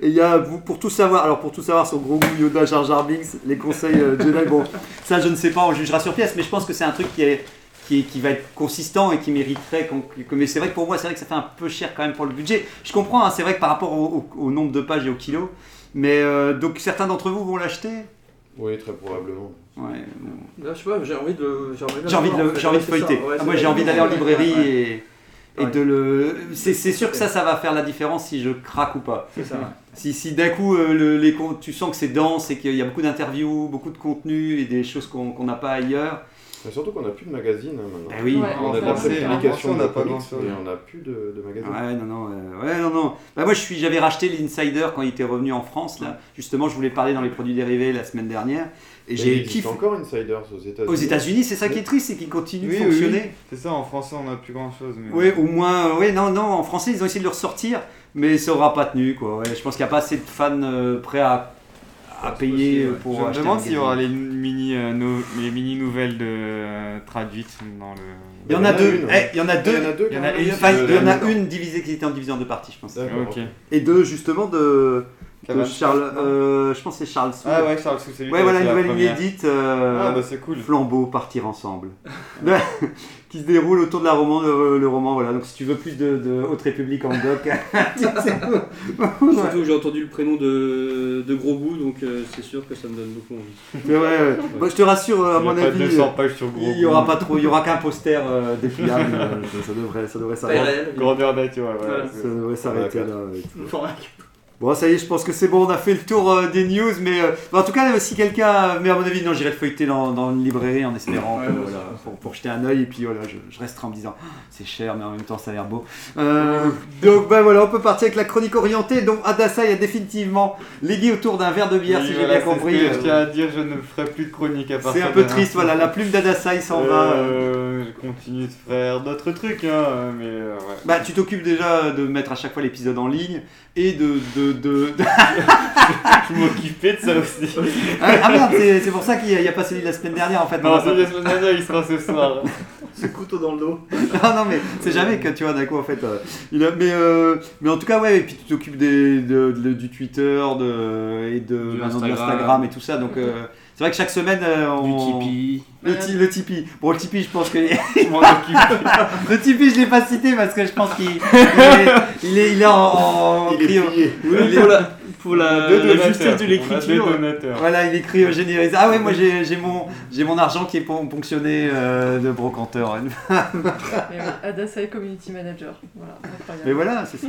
A: Et il y a, vous, pour tout savoir, alors pour tout savoir sur Grogu, Yoda, Jar Jar Binks, les conseils euh, Jedi, bon, ça je ne sais pas, on jugera sur pièce, mais je pense que c'est un truc qui est qui, est- qui va être consistant et qui mériterait qu'on... que- Mais c'est vrai que pour moi, c'est vrai que ça fait un peu cher quand même pour le budget. Je comprends, hein, c'est vrai que par rapport au, au- au nombre de pages et au kilo, mais euh, donc certains d'entre vous vont l'acheter
F: Oui, très probablement.
A: Ouais, bon.
C: euh, Là, je sais pas, j'ai envie de le- j'ai envie de
A: J'ai envie de,
C: l'avoir, en
A: le-
C: fait.
A: j'ai envie de
C: Ouais, c'est ça.
A: feuilleter.
C: Ouais,
A: Ah,
C: c'est
A: moi, j'ai
C: ça.
A: envie d'aller en librairie
C: Ouais, ouais,
A: et, et
C: Ouais.
A: de le. C'est c'est sûr que ça, ça va faire la différence si je craque ou pas.
C: C'est ça. ouais.
A: Si, si d'un coup, euh, le- les con- tu sens que c'est dense et qu'il y a beaucoup d'interviews, beaucoup de contenu et des choses qu'on qu'on n'a pas ailleurs.
F: Mais surtout qu'on n'a plus de magazine hein, maintenant.
A: Bah
C: Eh
A: oui.
E: Ouais.
F: On a
E: Ouais,
F: de la
E: c'est
A: hein.
E: vrai.
F: publication,
B: On
F: de
B: n'a pas
F: comics,
B: grand-chose.
F: mais on n'a plus de, de magazine.
A: Ouais, non, non, euh, ouais, non, non. Bah, moi, je suis, j'avais racheté l'Insider quand il était revenu en France, là. Justement, je voulais parler dans les produits dérivés la semaine dernière. Et
C: Bah,
F: Mais il
A: j'ai
F: existe
A: kiffé.
F: encore Insiders aux États-Unis.
A: Aux États-Unis, c'est ça qui est triste, c'est qu'ils continuent
B: Oui,
A: de
B: oui,
A: fonctionner.
B: oui. C'est ça, en français on a plus grand chose. Mais...
A: Oui, au moins, euh, oui, non, non, en français, ils ont essayé de le ressortir, mais ça aura pas tenu, quoi. Ouais, je pense qu'il n'y a pas assez de fans euh, prêts à, à payer euh, pour
B: Je me
A: acheter
B: demande
A: un
B: s'il y aura
A: magazine.
B: les mini, euh, no- les mini nouvelles de, euh, traduites dans le.
A: Il y en a deux.
F: une,
A: Eh, Il y en a
F: Il y
A: deux.
F: en a deux.
B: Il y en a
F: quand
B: une,
F: même.
A: Enfin, il y en a
F: D'accord.
A: une divisée qui était en divisée en deux parties, je pense.
F: D'accord.
B: Ok.
A: Et deux, justement, de, de
B: Cavan-
A: Charles. euh, je pense que c'est Charles Soule.
B: Ah ouais, Charles Sous, c'est lui.
A: Ouais,
B: qui a
A: voilà,
B: fait
A: une
B: la
A: nouvelle
B: première.
A: inédite. euh,
B: Ah bah c'est cool.
A: Flambeau, partir ensemble. <laughs> qui se déroule autour de la roman, le, le roman, voilà. Donc si tu veux plus de, de Haute République en doc, <laughs>
D: Surtout que j'ai entendu le prénom de, de Gros Bout, donc euh, c'est sûr que ça me donne beaucoup envie.
A: Ouais, ouais, ouais. Bah, je te rassure, à
B: Il y a
A: mon
B: pas
A: avis,
B: 200 pages sur gros.
A: il y aura pas trop, il y aura qu'un poster euh, <laughs> dépliable. euh, ça, ça devrait, ça devrait
C: Pas
A: s'arrêter.
C: réel.
B: Grandeur nature, ouais.
D: Voilà.
B: ouais,
A: Ça
B: c'est-
A: devrait s'arrêter là. ouais.
C: Format.
A: Bon, ça y est, je pense que c'est bon, on a fait le tour euh, des news, mais euh, bah, en tout cas, euh, si quelqu'un, mais à mon avis, non, j'irai le feuilleter dans, dans une librairie en espérant
C: Ouais,
A: que,
C: ouais,
A: voilà,
C: ça va.
A: pour, pour jeter un œil, et puis voilà, je, je resterai en me disant, Ah, c'est cher, mais en même temps, ça a l'air beau. Euh, donc, bah voilà, on peut partir avec la chronique orientée, dont Adassa a définitivement légué autour d'un verre de bière,
B: Oui,
A: si
B: voilà,
A: j'ai
B: c'est
A: bien compris.
B: ce que Je
A: Euh,
B: tiens à dire, je ne ferai plus de chronique à part
A: C'est
B: ça
A: un peu
B: demain.
A: triste, voilà, la plume d'Adassa, il s'en va. euh.
B: Euh, Je continue de faire d'autres trucs, hein, mais euh, ouais.
A: Bah, tu t'occupes déjà de mettre à chaque fois l'épisode en ligne et de, de, de, de- de-
B: Je m'occupais de ça aussi.
A: <laughs> Ah, ah merde, c'est c'est pour ça qu'il n'y a, il y a pas celui de la semaine dernière en fait. On
B: Non,
A: a
B: c'est
A: pas-
B: la semaine dernière, il sera ce soir.
C: Ce couteau dans le dos.
A: <laughs> non, non, mais c'est jamais que tu vois, d'un coup, en fait. euh, il a- mais, euh, mais en tout cas, ouais, et puis tu t'occupes des- de- de- du Twitter de, et de, maintenant de
D: Instagram.
A: l'Instagram et tout ça. Donc, euh, c'est vrai que chaque semaine, euh, on.
D: Tipeee.
A: Le, ti- le Tipeee. Bon, le Tipeee, je pense que.
B: Je m'en occupe.
A: <laughs> le Tipeee, je l'ai pas cité parce que je pense qu'il il est, il est, il est en. en-
F: Il est
A: cryo-
F: plié.
A: il est-
D: pour la, pour la,
B: Deux
D: la
B: donateurs.
D: justesse de
B: On a
D: l'écriture.
B: deux donateurs.
A: Voilà, il est cryogénisé. Ah ouais, moi j'ai j'ai mon, j'ai mon argent qui est pon- ponctionné euh, de brocanteur. <laughs>
E: Mais oui, Adasai Community Manager. Voilà, incroyable.
A: Mais voilà, c'est ça.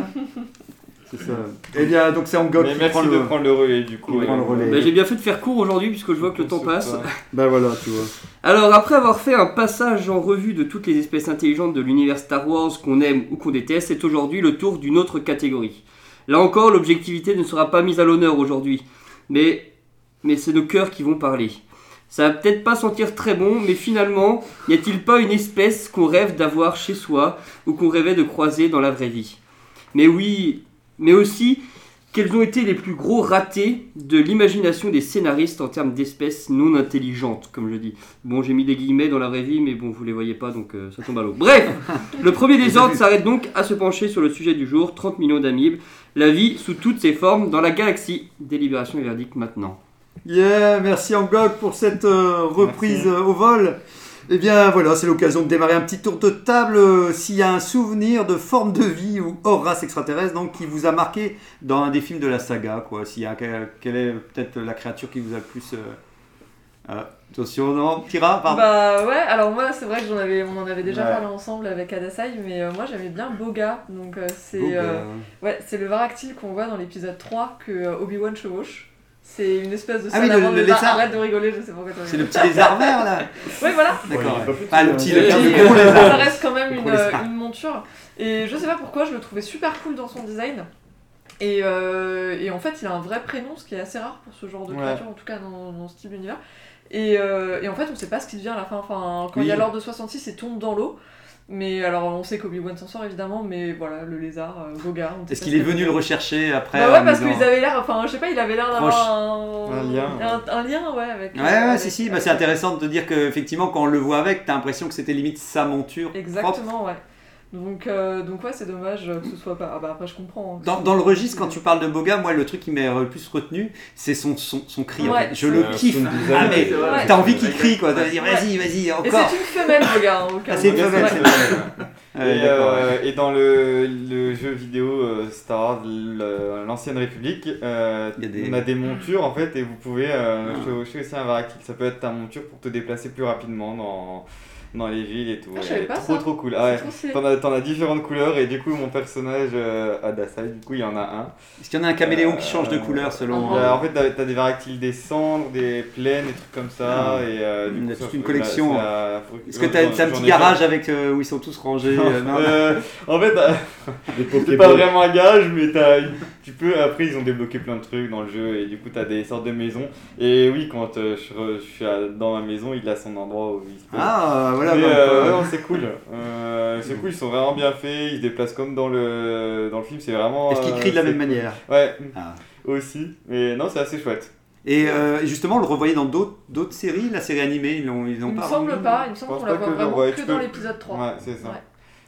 A: C'est ça. Eh bien, donc c'est Angok
B: Mais
A: qui
B: merci
A: prend
B: de
A: le...
B: prendre le relais du
A: Il
B: coup.
A: prend le relais.
D: Bah, J'ai bien fait de faire court aujourd'hui puisque je vois que le temps passe.
A: Ben voilà, tu vois.
D: Alors, après avoir fait un passage en revue de toutes les espèces intelligentes de l'univers Star Wars qu'on aime ou qu'on déteste, c'est aujourd'hui le tour d'une autre catégorie. Là encore, l'objectivité ne sera pas mise à l'honneur aujourd'hui, mais, mais c'est nos cœurs qui vont parler. Ça va peut-être pas sentir très bon, mais finalement, n'y a-t-il pas une espèce qu'on rêve d'avoir chez soi ou qu'on rêvait de croiser dans la vraie vie Mais oui, mais aussi, quels ont été les plus gros ratés de l'imagination des scénaristes en termes d'espèces non intelligentes, comme je dis Bon, j'ai mis des guillemets dans la vraie vie, mais bon, vous les voyez pas, donc euh, ça tombe à l'eau. Bref, <laughs> le premier désordre s'arrête donc à se pencher sur le sujet du jour 30 millions d'amibes, la vie sous toutes ses formes dans la galaxie. Délibération et verdict maintenant.
A: Yeah, merci Angok pour cette euh, reprise euh, au vol. Eh bien voilà, c'est l'occasion de démarrer un petit tour de table. euh, S'il y a un souvenir de forme de vie ou hors race extraterrestre donc, qui vous a marqué dans un des films de la saga, quoi. S'il y a quel- quelle est peut-être la créature qui vous a le plus. euh, ah, attention, non, Kira, pardon.
E: Bah ouais, alors moi c'est vrai que j'en avais, on en avait déjà
A: Ouais.
E: parlé ensemble avec Adasai, mais euh, moi j'aimais bien Boga, donc euh, c'est
A: Boga.
E: euh, ouais, c'est le varactyl qu'on voit dans l'épisode 3 que euh, Obi-Wan chevauche. C'est une espèce de
A: Ah oui, le-
E: salamandre,
A: le
E: mais bah,
A: lézard.
E: arrête de rigoler, je sais pas pourquoi tu
B: Ben.
A: <laughs> C'est le
E: rigoles.
A: petit lézard vert là.
E: Ouais, voilà.
A: <laughs> D'accord.
B: Ouais,
A: ouais. Ah, le petit, le
E: Et,
A: petit, le
E: euh,
A: gros
E: ça
A: lézard.
E: reste quand même
A: Le
E: une,
A: gros lézard.
E: euh, une monture. Et je sais pas pourquoi, je le trouvais super cool dans son design. Et, euh, et en fait, il a un vrai prénom, ce qui est assez rare pour ce genre de
B: Ouais.
E: créature, en tout cas dans, dans ce type d'univers. Et, euh, et en fait, on sait pas ce qu'il devient à la fin. Enfin, quand il y a
A: Oui.
E: l'ordre de 66, il tombe dans l'eau. Mais alors, on sait qu'Obi-Wan s'en sort évidemment, mais voilà, le lézard, euh, Boga. on
A: Est-ce
E: déteste
A: qu'il est
E: les
A: venu le
E: lézards.
A: rechercher après
E: Bah
A: en
E: ouais, parce
A: disant-
E: qu'ils avaient l'air, enfin, je sais pas, il avait l'air
A: Proche.
E: d'avoir un...
B: Un lien.
E: Un, un lien, ouais, avec.
A: Ouais,
E: euh,
A: ouais,
E: avec-
A: si, si, bah, c'est intéressant de te dire qu'effectivement, quand on le voit avec, t'as l'impression que c'était limite sa monture. propre.
E: Exactement, ouais. Donc, euh, donc ouais, c'est dommage euh, que ce soit pas. Ah bah après, je comprends. hein.
A: Dans, dans le registre, quand tu parles de Boga, moi, le truc qui m'a le plus retenu, c'est son, son, son cri. en fait.
E: Ouais,
A: Je
E: son-
A: le
F: Euh,
A: kiffe.
F: son design,
A: Ah, mais
F: c'est
E: vrai.
A: t'as envie qu'il crie, quoi. T'as dire,
E: Ouais.
A: vas-y, vas-y,
E: Et
A: encore.
E: c'est une femelle, le gars, hein, au cas
A: Ah, c'est
E: où.
A: une femelle,
E: Ouais.
A: c'est Ouais,
B: et,
A: d'accord, ouais.
B: euh, et dans le, le jeu vidéo euh, Star Wars, le- l'ancienne République, euh,
A: Il y a des- Ah.
B: on a des montures en fait et vous pouvez euh, chevaucher aussi un varactyl. Ça peut être ta monture pour te déplacer plus rapidement dans, dans les villes et tout.
E: Ah, je savais
B: Et
E: pas
B: trop
E: ça.
B: trop cool. Ah
E: C'est
B: ouais.
E: trop stylé.
B: T'en as, t'en as différentes couleurs et du coup mon personnage euh, Adasai, du coup il y en a un.
A: Est-ce qu'il y en a un caméléon qui change de couleur selon. euh,
B: Il y a- en fait t'as t'as des varactyls des cendres, des plaines, des trucs comme ça.
A: Ah.
B: Et, euh, du
A: Il y a
B: coup,
A: toute
B: ça-
A: une
B: la-
A: collection. hein.
B: c'est la-
A: Est-ce que t'as
B: J'en-
A: t'as un
B: j'en
A: petit
B: ai
A: garage avec euh, où ils sont tous rangés
B: plein.
A: euh, non
B: Euh,
A: <laughs>
B: en fait,
F: Des
B: C'est pas
F: Pokéballs.
B: vraiment un garage, mais t'as, tu peux. Après, ils ont débloqué plein de trucs dans le jeu et du coup, t'as des sortes de maisons. Et oui, quand euh, je, re- je suis à- dans ma maison, il a son endroit où il se pose.
A: Ah, voilà.
B: Mais,
A: bah,
B: euh,
A: euh,
B: non, c'est cool. Euh, c'est cool, ils sont vraiment bien faits. Ils se déplacent comme dans le dans le film. C'est vraiment.
A: Est-ce qu'il
B: euh,
A: crie de la
B: c'est
A: même
B: cool.
A: manière
B: Ouais.
A: Ah.
B: Aussi. Mais non, c'est assez chouette.
A: Et euh, justement, on le revoyait dans d'autres d'autres séries, la série animée, ils l'ont ils l'ont
E: Il me
A: pas.
E: semble
A: rendu.
E: pas, il me semble
B: pense
E: qu'on
B: pas
E: la voit
B: que je
E: vraiment
B: vois,
E: que
B: tu
E: dans
B: peux-
E: l'épisode 3.
B: Ouais, c'est ça.
E: Ouais.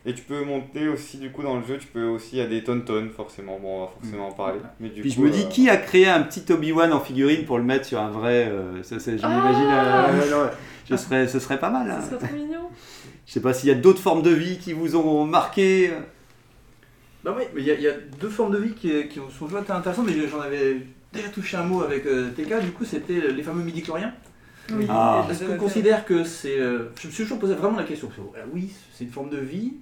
B: Et tu peux monter aussi du coup dans le jeu. Tu peux aussi il y a des tonton forcément. Bon, on va forcément en parler. Mais du
A: Mm. Puis je
B: coup,
A: me
B: euh,
A: dis, qui a créé un petit Obi-Wan en figurine pour le mettre sur un vrai. euh, ça, ça, je
E: Ah
A: m'imagine.
F: Ah,
A: euh,
F: ouais, non, ouais.
A: ce, serait, ce serait pas mal. hein.
E: Ce Ah, serait trop mignon.
A: Je sais pas s'il y a d'autres formes de vie qui vous ont marqué.
C: Non, Bah oui, mais il y, a- il y a deux formes de vie qui, qui sont vraiment intéressantes, mais j'en avais déjà touché un mot avec euh, TK, du coup, c'était les fameux midi-chloriens.
E: Oui.
A: Ah.
C: Est-ce qu'on considère que c'est. euh, je me suis toujours posé vraiment la question. parce que, euh, oui, c'est une forme de vie.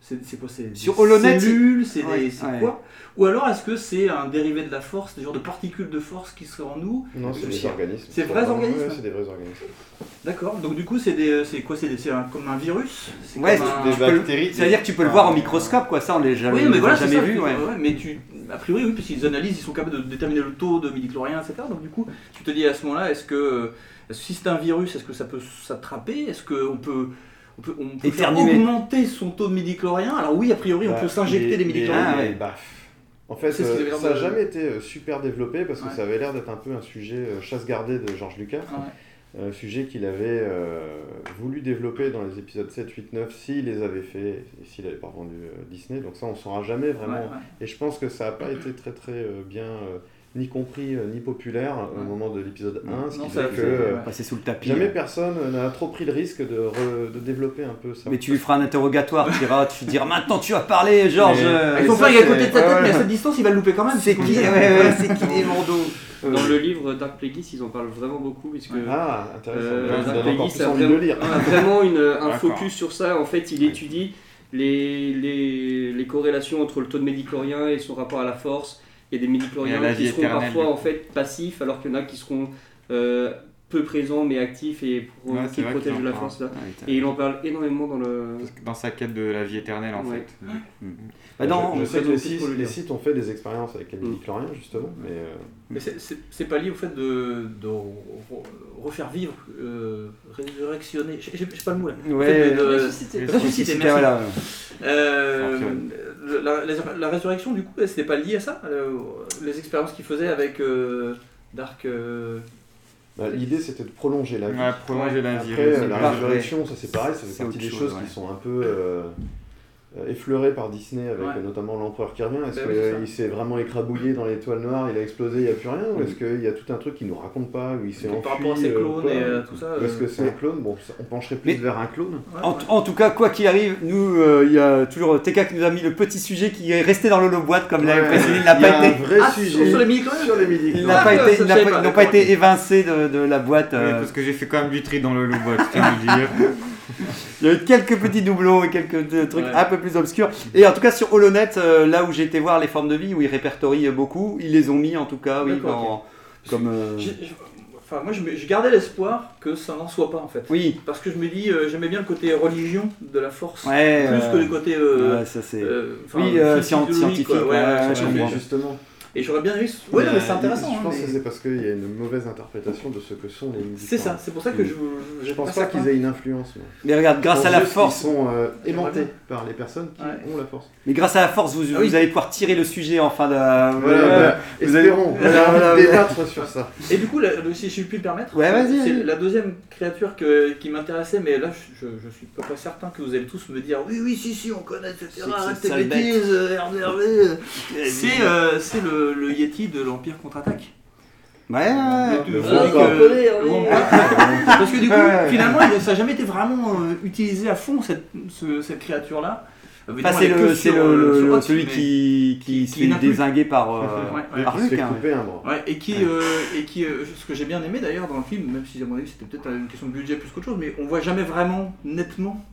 C: C'est c'est quoi C'est
A: Sur
C: des
A: Holonet,
C: cellules C'est des-
A: Ouais,
C: c'est
A: ouais.
C: quoi Ou alors est-ce que c'est un dérivé de la force, des genres de particules de force qui seraient en nous
F: Non, c'est des
C: C'est-
F: organismes.
C: c'est vrais
F: vraiment-
C: organismes
F: ouais, C'est des vrais organismes.
C: D'accord, donc du coup, c'est des- euh, c'est quoi C'est des- c'est un- comme un virus C'est
A: Ouais,
C: comme
A: c'est
C: un-
B: des
A: tu peux le-
B: bactéries.
A: C'est-à-dire que tu peux le voir au microscope, quoi. Ça, on l'a jamais,
C: Oui,
A: on
C: mais
A: l'a
C: voilà, c'est
A: jamais
C: ça,
A: vu.
C: c'est-
A: Ouais.
C: ouais, mais tu, a priori, oui, parce qu'ils analysent, ils sont capables de déterminer le taux de midi-chlorien, etc. Donc du coup, tu te dis à ce moment-là, est-ce que euh, si c'est un virus, est-ce que ça peut s'attraper Est-ce qu'on peut, on peut, on peut faire
A: Éternuer. Bah,
F: Bah,
C: augmenter son taux de midi-chlorien Alors oui, a priori, on peut s'injecter des
F: midi
C: midi
A: Ah, ouais.
F: Bah, En fait,
C: C'est ce qu'il avait
F: euh,
C: l'air
F: ça n'a
C: de-
F: jamais été euh, super développé parce que
C: Ouais.
F: ça avait l'air d'être un peu un sujet euh, chasse gardée de George Lucas.
A: ah,
F: Un sujet qu'il avait euh, voulu développer dans les épisodes 7, 8, 9 s'il les avait fait et s'il n'avait pas vendu euh, Disney. Donc ça, on ne saura jamais
C: Ouais,
F: vraiment.
C: ouais.
F: Et je pense que ça n'a pas été très très euh, bien euh, ni compris euh, ni populaire au
C: Ouais.
F: moment de l'épisode 1, ce
C: Non,
F: qui
C: ça
F: fait
C: a
F: que
C: fait-
F: euh,
C: ouais.
A: Passer sous le tapis.
F: jamais
A: là.
F: personne n'a trop pris le risque de, re- de développer un peu ça.
A: Mais tu lui feras un interrogatoire, tu iras, tu lui diras maintenant tu vas parler, Georges.
F: Mais-
A: euh,
C: Il faut
F: ça,
C: pas qu'il y ait à
F: c'est-
C: côté de sa tête,
F: ouais, ouais.
C: mais à cette distance, il va le louper quand même.
A: C'est
C: ce qu'on
A: qui
C: dit.
A: ouais, ouais, C'est
C: <laughs>
A: qui des mandos
D: Dans le livre Dark Plagueis, ils en parlent vraiment beaucoup, puisque
F: Ah, intéressant.
D: Euh,
F: Là, ça
D: Dark
F: donne encore
D: Plagueis
F: plus
D: a
F: envie de
D: vraiment-
F: le lire.
D: a Ah, vraiment une, euh, un
B: D'accord.
D: focus sur ça. En fait, il étudie les, les, les corrélations entre le taux de médiclorien et son rapport à la force. Il y a des
B: Et à la
D: médicloriens qui
B: vie
D: seront
B: éternelle,
D: parfois
B: du
D: en fait passifs, alors qu'il y en a qui seront euh, peu présents mais actifs et pro-
B: Ouais,
D: qui
B: c'est vrai
D: protègent
B: qu'il
D: de
B: en
D: la
B: parle.
D: force. là.
B: Ouais, t'as-
D: Et il en parle énormément dans le.
B: Parce que Dans sa quête de la vie éternelle, en
D: Ouais.
B: fait.
A: Bah non,
F: je, je
D: on
F: sais que
D: fait
F: les
D: donc pour
F: sites,
D: le
F: les
D: lire.
F: sites ont fait des expériences avec les
D: Mm.
F: midi-chloriens, justement, mais euh,
C: Mais c'est- c'est c'est pas lié au fait de, de re- refaire vivre, euh, résurrectionner, j'ai j'ai- j'ai pas le mot là.
A: Ouais.
C: fait de- de-
E: Ressuscité.
B: les-
C: Ressusciter,
A: C'était-
C: merci.
A: voilà.
C: Euh,
B: Fonctionne.
C: le- la, la- la résurrection, du coup, elle, c'était pas lié à ça euh, Les expériences qu'il faisait avec euh, Dark. euh,
F: bah, l'idée c'était de prolonger
A: Ah,
F: la vie.
B: Ouais, prolonger la vie.
F: Après, euh,
B: résoudre.
F: la
A: pas
F: résurrection, ça c'est pareil, ça fait
A: C'est
F: partie
A: autre
F: des
A: chose,
F: choses
A: ouais.
F: qui sont un peu euh, euh, effleurées par Disney avec
C: Ouais.
F: euh, notamment l'empereur qui revient. Est-ce
C: Bah oui, c'est ça.
F: qu'il s'est vraiment écrabouillé dans l'étoile noire, il a explosé, il n'y a plus rien Ou est-ce qu'il y a tout un truc qu'il nous raconte pas, où il s'est enfui
C: par rapport à ses
F: euh,
C: clones
F: quoi
C: et euh, tout ça.
F: Ou est-ce
C: euh,
F: que c'est un clone Bon, ça- on pencherait plus
A: Mais-
F: vers un clone.
C: ouais,
A: En,
C: ouais.
A: en tout cas, quoi qu'il arrive, nous, euh, il y a toujours TK qui nous a mis le petit sujet qui est resté dans l'holo-boîte, comme l'avait
F: Ouais,
A: précisé, il
F: y
A: n'a
F: a
A: pas
F: un
A: été.
F: vrai
C: Ah, sur-
F: sujet
C: sur les midi-chloriens
F: sur les midi
A: Il n'a
C: Ah,
A: pas
C: ça,
A: été,
C: je
A: il n'a
C: savais
A: pas-
C: pas,
A: ils n'ont pas
C: d'accord, ok.
A: été évincés de, de la boîte.
B: Ouais,
A: euh,
B: parce que j'ai fait quand même du tri dans le
A: <laughs>
B: low je tiens à le dire.
A: Il y a eu quelques petits doublons et quelques euh, trucs
C: Ouais.
A: un peu plus obscurs. Et en tout cas, sur HoloNet, euh, là où j'ai été voir les formes de vie, où ils répertorient euh, beaucoup, ils les ont mis en tout cas, oui,
C: D'accord,
A: dans- comme. euh,
C: J'ai- j'ai- Enfin, moi, je, me- je gardais l'espoir que ça n'en soit pas en fait.
A: Oui,
C: Parce que je me dis, euh, j'aimais bien le côté religion de la force,
A: ouais.
C: plus
A: euh,
C: que le côté. euh,
A: ouais, ça c'est.
C: euh, enfin,
A: oui, euh,
C: physio-
A: scien- scientifique,
C: quoi, ouais,
A: ouais,
C: ouais,
A: ouais,
C: ça
A: je
C: m'a fait-
A: comprends.
F: Justement.
C: Et j'aurais bien aimé. Ouais, non, mais c'est
F: Euh,
C: intéressant.
F: Je
C: hein,
F: pense
C: mais-
F: que c'est parce qu'il y a une mauvaise interprétation de ce que sont les midi
C: C'est ça, c'est pour ça que je. Je,
F: Je pense
C: Ah, ça
F: pas qu'ils aient une influence. moi.
A: Mais regarde, grâce à la
F: Juste,
A: force,
F: Ils sont euh,
C: Ouais.
F: aimantés par les personnes qui
C: Ouais.
F: ont la force.
A: mais grâce à la force, vous,
C: Ah oui.
A: vous allez pouvoir tirer le sujet en fin de. euh,
F: Voilà, voilà.
A: vous avez-
F: Espérons.
A: Voilà,
F: <laughs> on a envie
A: voilà,
F: de débattre sur ça.
C: Et du coup, la- le- si je puis le permettre,
A: Ouais, vas-y,
C: c'est
A: vas-y.
C: la deuxième créature que- qui m'intéressait, mais là, je, je, je suis pas, pas certain que vous allez tous me dire oui, oui, si, si, on connaît, etc.
A: C'est-
C: Arrête
A: c'est
C: tes
A: sale bête.
C: bêtises, euh, RDRV. euh.
A: <laughs>
C: C'est euh, c'est le, le Yeti de l'Empire contre-attaque.
A: Ouais, ouais.
C: Le
F: le
C: truc,
F: Wampa.
C: euh, le Wampa.
A: <laughs>
C: Parce que du coup,
A: Ouais.
C: finalement, il- ça n'a jamais été vraiment euh, utilisé à fond, cette, ce- cette créature-là. Euh,
A: Enfin,
C: évidemment,
A: c'est
C: elle est que
A: le, c'est
C: sur,
A: le,
C: euh, sur Hoth,
A: celui
C: mais-
A: qui, qui,
C: qui
A: se fait
C: n'a plus.
A: désinguer par, euh,
C: Ouais, <laughs> ouais.
A: par
F: Il se
A: Luc.
F: fait
A: hein.
F: couper un bras.
C: Ouais, et qui, euh, et qui euh, ce que j'ai bien aimé d'ailleurs dans le film, même si à mon avis c'était peut-être une question de budget plus qu'autre chose, mais on voit jamais vraiment nettement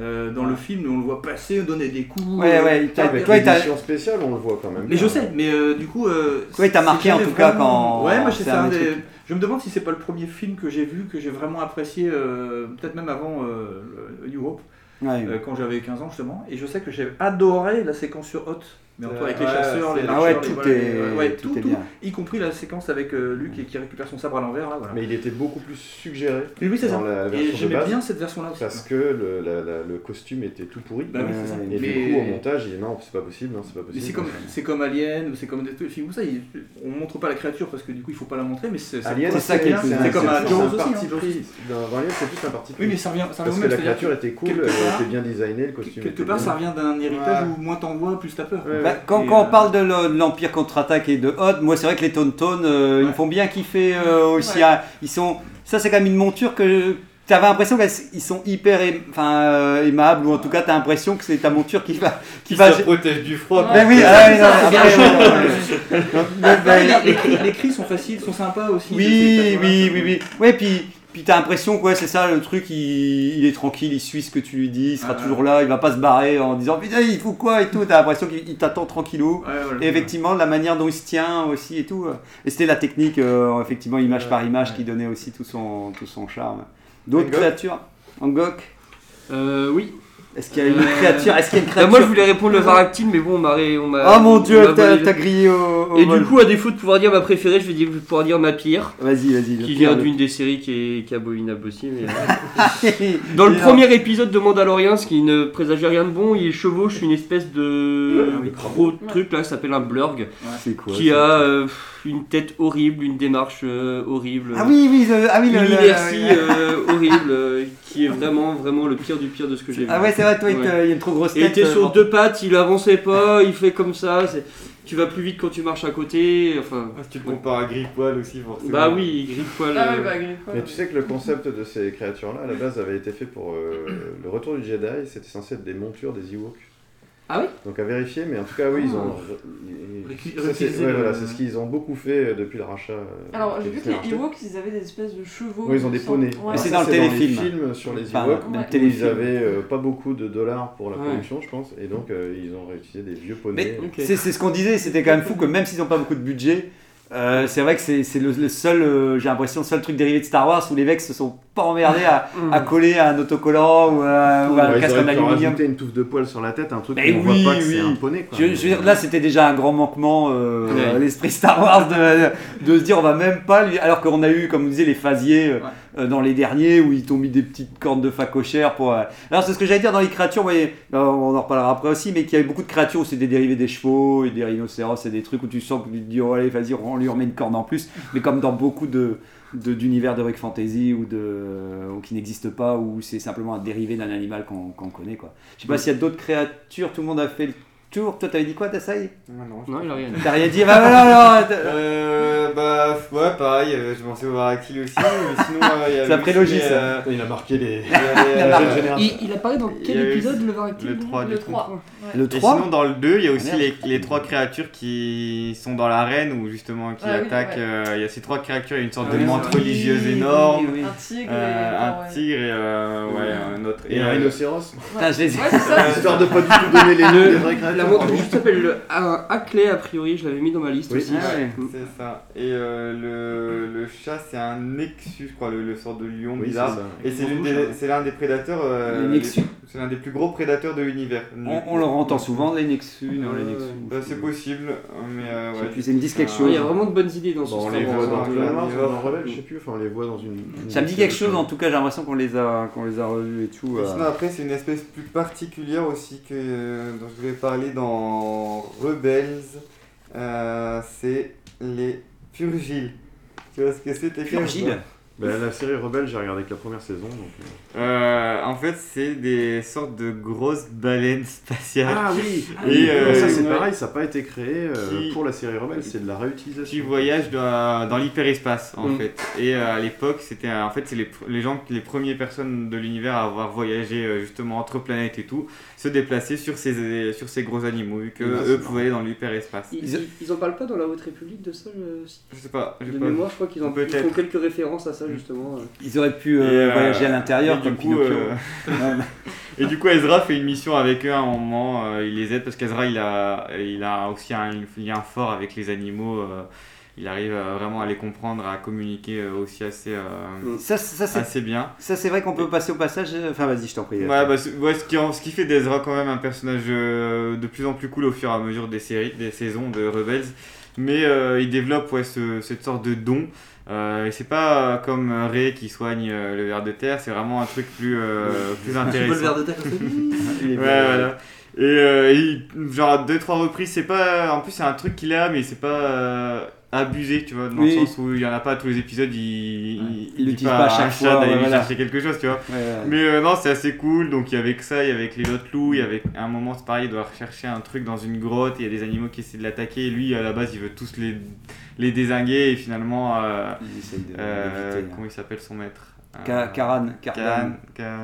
C: euh, dans le film, on le voit passer, donner des coups.
A: Ouais,
C: euh,
A: ouais, t'as-
F: Avec
A: toi, t'as-
F: l'édition spéciale, on le voit quand même.
C: Mais je sais, mais euh, du coup. Euh,
A: Ouais, t'as
C: c'est
A: marqué,
C: jamais
A: en tout cas, quand-
C: Ouais, moi
A: c'est
C: c'est
A: un
C: un
A: des
C: des-
A: trucs.
C: Je me demande si c'est pas le premier film que j'ai vu, que j'ai vraiment apprécié, euh, peut-être même avant euh, le- New Hope,
A: Ouais.
C: euh, quand j'avais 15 ans justement, et je sais que j'ai adoré la séquence sur Hot. Mais encore avec les
F: Ouais,
C: chasseurs, les
F: c'est-
A: Ah Euh, ouais,
C: marcheurs, les-
A: tout
C: voilà, les-
A: est-
C: ouais,
A: tout
C: tout,
A: est
C: tout,
A: bien.
C: y compris la séquence avec euh, Luke et qui récupère son sabre à l'envers là voilà.
F: Mais il était beaucoup plus suggéré
C: Oui, oui, c'est ça.
F: dans la
C: Et
F: version de
C: j'aimais
F: base
C: bien cette version là aussi.
F: parce que le, la- la- le costume était tout pourri.
C: Bah oui, c'est ça.
A: Ouais,
F: Et
C: Mais-
F: du coup, au montage, il dit non, c'est pas possible, non, c'est pas
C: mais
F: possible.
C: c'est comme, c'est comme Alien ou c'est comme des des films comme ça, il- on montre pas la créature parce que du coup il faut pas la montrer, mais c'est ça-
F: Alien,
A: c'est ça qui est- c'est
F: un-
C: comme à
F: c'est
C: Jaws
F: un
C: aussi,
F: parti
C: hein,
F: pris. Dans Alien, c'est plus un parti
C: Oui, mais
F: pris.
C: ça revient, ça revient
F: Parce
C: au
F: que
C: même,
F: la
C: c'est-à-dire
F: créature était cool,
C: quelque
F: elle
C: part-
F: était bien designée, le
C: que
F: costume
C: quelque
F: était
C: part
F: bien.
C: ça revient d'un héritage
F: Ouais.
C: où moins t'en vois, plus t'as peur.
F: Ouais, ouais.
A: Bah, quand,
C: Et,
A: quand
C: euh,
A: on parle de le- de l'Empire contre-attaque et de Hot, moi c'est vrai que les Tontones, euh, ils me
C: Ouais.
A: font bien kiffer euh, aussi.
E: Ouais.
A: hein. Ils sont, ça c'est quand même une monture que tu avais l'impression qu'ils sont hyper aim- enfin, euh, aimables, ou en tout cas tu as l'impression que c'est ta monture qui va... Qui
B: Qui
A: va
B: se protège du froid.
E: Ouais.
A: Ben oui, ah oui, non, après,
C: <laughs>
A: ouais, ouais. Ben, ben,
C: Ouais, Ah, les, les cris, les cris sont faciles, sont sympas aussi.
A: Oui,
C: C'est- c'est-
A: oui, oui, oui. Ouais, puis, puis t'as l'impression que ouais, c'est ça, le truc, il, il est tranquille, il suit ce que tu lui dis, il sera
C: Ah, ouais.
A: toujours là, il va pas se barrer en disant putain, il faut quoi et tout. T'as l'impression qu'il il t'attend tranquillou.
C: Ouais, voilà.
A: Et effectivement, la manière dont il se tient aussi et tout. euh, Et c'était la technique, euh, effectivement, image par image, qui donnait aussi tout son, tout son charme. D'autres
F: Angok
A: créatures Angok
D: Euh, oui,
A: Est-ce qu'il y a une créature Est-ce qu'il y a une
D: Bah,
A: créature
D: moi, je voulais répondre le varactine, mais bon, on m'a. ré- on m'a-
A: Ah mon
D: on
A: dieu,
D: m'a
A: t'as
D: volé.
A: t'as grillé au. au
D: Et
A: vol.
D: du coup, à défaut de pouvoir dire ma préférée, je vais dire- pouvoir dire ma pire.
A: Vas-y, vas-y. le
D: Qui
A: pire,
D: vient
A: le-
D: d'une des séries qui est, qui est abominable aussi. Mais, euh, Dans
A: euh,
D: le premier épisode de Mandalorian, ce qui ne présageait rien de bon, il chevauche une espèce de
A: Ah
D: gros truc là qui s'appelle un blurg,
A: C'est quoi
D: qui
A: ça
D: a euh, une tête horrible, une démarche euh, horrible.
A: Ah oui, oui, le- ah oui,
D: Une
A: le- le-
D: inertie euh, horrible, euh, qui est vraiment, vraiment le pire du pire de ce que j'ai vu.
A: Ah ouais, c'est vrai, toi, il
D: Ouais.
A: te- il y a une trop grosse
D: Et il
A: tête.
D: était
A: euh,
D: sur
A: dans-
D: deux pattes, il avançait pas, il fait comme ça, c'est- tu vas plus vite quand tu marches à côté, enfin...
B: Tu le compares à Grippoil aussi, forcément.
D: Bah oui, il griffe poil.
E: Ah
D: euh,
E: ouais, bah, Grippoil.
F: Mais tu sais que le concept de ces créatures-là, à la base, avait été fait pour euh, le retour du Jedi. C'était censé être des montures des Ewoks.
D: Ah oui
F: Donc à vérifier, mais en tout cas, oui, ils ont.
E: Ah.
F: ils-
C: Récu-
F: ça, c'est
C: réutilisé
F: ouais,
C: le-
F: voilà, c'est ce qu'ils ont beaucoup fait euh, depuis le rachat. euh,
E: Alors,
F: que
E: j'ai vu que
F: Disney a
E: les
F: racheté.
E: Ewoks, ils avaient des espèces de chevaux.
F: Oui, ils ont des
E: il me
F: poneys.
E: semble.
F: Alors
E: Ouais.
A: c'est
F: ça,
A: dans le
F: les
A: téléfilm.
F: films sur les
A: Enfin,
F: Ewoks.
E: dans le
F: où Ils
A: téléfilm.
F: avaient euh, pas beaucoup de dollars pour la
D: Ouais.
F: production, je pense, et donc euh, ils ont réutilisé des vieux poneys.
A: Mais
D: Ok.
A: c'est c'est ce qu'on disait, c'était quand même fou que même s'ils n'ont pas beaucoup de budget, euh, c'est vrai que c'est c'est le, le seul, euh, j'ai l'impression, le seul truc dérivé de Star Wars où les mecs se sont pas emmerdés à,
D: Mm.
A: à coller à un autocollant ou à, ou
F: Ouais,
A: à un
F: ils
A: casque
F: auraient
A: en
F: pu leur
A: aluminium.
F: ajouter une touffe de poils sur la tête, un truc
A: Mais
F: qu'on voit
A: oui,
F: pas que c'est
A: oui.
F: un poney. Quoi.
A: Je, je veux dire, là c'était déjà un grand manquement euh,
D: Ouais.
A: à l'esprit Star Wars de, de se dire on va même pas lui. Alors qu'on a eu, comme vous disiez, les phasiers euh, euh, dans les derniers où ils t'ont mis des petites cornes de facochère pour. euh, Alors c'est ce que j'allais dire dans les créatures, vous voyez, euh, on en reparlera après aussi, mais qu'il y avait beaucoup de créatures où c'est des dérivés des chevaux et des rhinocéros et des trucs où tu sens que tu te dis oh allez vas-y on lui remet une corne en plus, mais comme dans beaucoup de de- d'univers d'heroic fantasy ou de euh, ou qui n'existe pas ou c'est simplement un dérivé d'un animal qu'on qu'on connaît quoi. Je sais pas s'il y a d'autres créatures, tout le monde a fait le tour. Toi t'avais dit quoi Tassai
D: Non, il a rien. dit.
A: T'as rien dit Bah voilà, alors, t'as-
B: Euh, bah ouais, pareil, euh, je pensais au Varactyl aussi, mais sinon. euh, il y avait
A: C'est après
B: aussi,
A: Logis, ça.
B: euh,
F: Il a marqué les.
B: <laughs> il y avait, euh,
F: génération.
D: Il, apparaît dans
B: quel Il y a eu épisode,
D: le
B: le 3 du
E: Le
B: coup.
E: 3.
A: Le
B: Et
A: 3
B: sinon, dans le 2, il y a aussi
A: Merde.
B: les, les trois créatures qui sont dans l'arène ou justement qui
E: Ah oui,
B: attaquent.
E: ouais.
B: euh, il y a ces trois créatures, il y a une sorte
A: Ah
B: de
A: oui,
B: menthe
A: oui,
B: religieuse
A: oui,
B: énorme,
A: oui, oui.
E: Un tigre.
B: euh,
E: et-
B: un tigre et euh, ouais, un autre.
F: Et un
B: euh,
F: <laughs> rhinocéros.
A: Putain, Ah, je les ai-
E: Ouais,
A: <laughs>
E: c'est ça.
B: Euh,
F: Histoire de pas du tout donner les noms des vraies
D: La
F: créatures.
D: montre
F: pardon.
D: juste s'appelle le- ah, un Hackley, a priori, je l'avais mis dans ma liste
F: Oui.
D: aussi.
A: Ah ouais.
D: Mm.
B: C'est ça. Et euh, le, le chat, c'est un nexus, je crois, le, le sort de lion
F: Oui, c'est
B: bizarre.
F: ça.
B: Et c'est l'une des- c'est l'un des prédateurs. euh,
A: Les Nexus.
B: C'est l'un des plus gros prédateurs de l'univers.
A: On, on leur entend souvent les Nexus, non les
D: Ouais,
A: Nexus.
B: Bah, c'est possible, mais euh,
A: Je sais
B: ouais.
A: plus, ils me disent quelque
B: Ah,
D: Ouais, Il
A: chose.
D: y a vraiment de bonnes idées dans ce
F: Bon, on
D: Star
F: les
D: Wars. hein.
F: voit dans
B: Ouais,
F: Clone Wars,
B: ouais.
F: ou dans Rebelle, je sais plus, enfin on les voit dans une. Bah, une
A: Ça me dit
F: série
A: quelque chose, en tout cas, j'ai l'impression qu'on les a, qu'on les a revus et tout.
B: Et
A: euh.
B: Sinon, après, c'est une espèce plus particulière aussi que, euh, dont je voulais parler dans Rebels. Euh, c'est les Purgiles. Tu vois ce que c'est, tes
A: Purgile.
F: Bah, la série Rebelle, j'ai regardé que la première saison. Donc... euh,
B: Euh, En fait, c'est des sortes de grosses baleines spatiales.
F: Ah oui
B: Et,
F: Et
B: euh,
F: ça c'est
B: ouais.
F: pareil, ça n'a pas été créé euh,
B: Qui-
F: pour la série Rebelle, c'est de la
B: qui
F: réutilisation.
B: voyage dans, dans l'hyperespace en
D: Mm.
B: fait et euh, à l'époque c'était euh, en fait c'est les, pr- les gens les premières personnes de l'univers à avoir voyagé euh, justement entre planètes et tout se déplacer sur ces euh, sur ces gros animaux vu que
F: Ah, c'est
B: eux
F: marrant.
B: pouvaient aller dans l'hyperespace
D: Ils, ils- ils en parlent pas dans la Haute République de ça je-
B: je sais pas j'ai
D: De
B: pas
D: mémoire, je crois qu'ils en ils
B: Peut-être.
D: font quelques références à ça justement. euh.
A: Ils auraient pu euh,
B: Et, euh,
A: voyager à l'intérieur
B: Et du
A: comme
B: coup,
A: Pinocchio.
B: euh, et du coup, Ezra fait une mission avec eux à un moment. euh, il les aide parce qu'Ezra, il a, il a aussi un lien fort avec les animaux. euh, il arrive euh, vraiment à les comprendre, à communiquer euh, aussi assez, euh, <laughs>
A: Ça, ça, c'est-
B: assez bien.
A: ça, c'est vrai qu'on peut passer au passage. euh, Enfin, vas-y, je t'en prie.
B: Ouais, bah, c'est- ouais, ce, qui, en- ce qui fait d'Ezra quand même un personnage euh, de plus en plus cool au fur et à mesure des séries, des saisons de Rebels. Mais euh, il développe ouais, ce- cette sorte de don. Euh, et c'est pas euh, comme euh, Rey qui soigne euh, le ver de terre, c'est vraiment un truc plus, euh,
A: <laughs>
C: Tu
B: plus
C: peux le
B: intéressant.
C: verre de terre comme ça
A: Il est-
B: Ouais, voilà. Et euh, il- genre à deux trois reprises, c'est pas. En plus, c'est un truc qu'il a, mais c'est pas euh, abusé, tu vois, dans
A: Oui.
B: le sens où il y en a pas à tous les épisodes. Il, il,
A: Il
B: dit
A: l'utilise pas à
B: un
A: chaque
B: chat
A: fois,
B: d'aller
A: ouais,
B: lui
A: voilà.
B: chercher quelque chose, tu vois.
A: Ouais, ouais.
B: Mais euh, non, c'est assez cool. Donc il y avait que ça, il y avait que les autres loups, il y avait à un moment, c'est pareil, il doit rechercher un truc dans une grotte, il y a des animaux qui essaient de l'attaquer. Et lui, à la base, il veut tous les, les désinguer. Et finalement, euh,
A: Il essaye de-
B: euh,
A: d'éviter, hein.
B: comment il s'appelle son maître Euh,
A: Ca- Karan, Cardan,
B: Karan,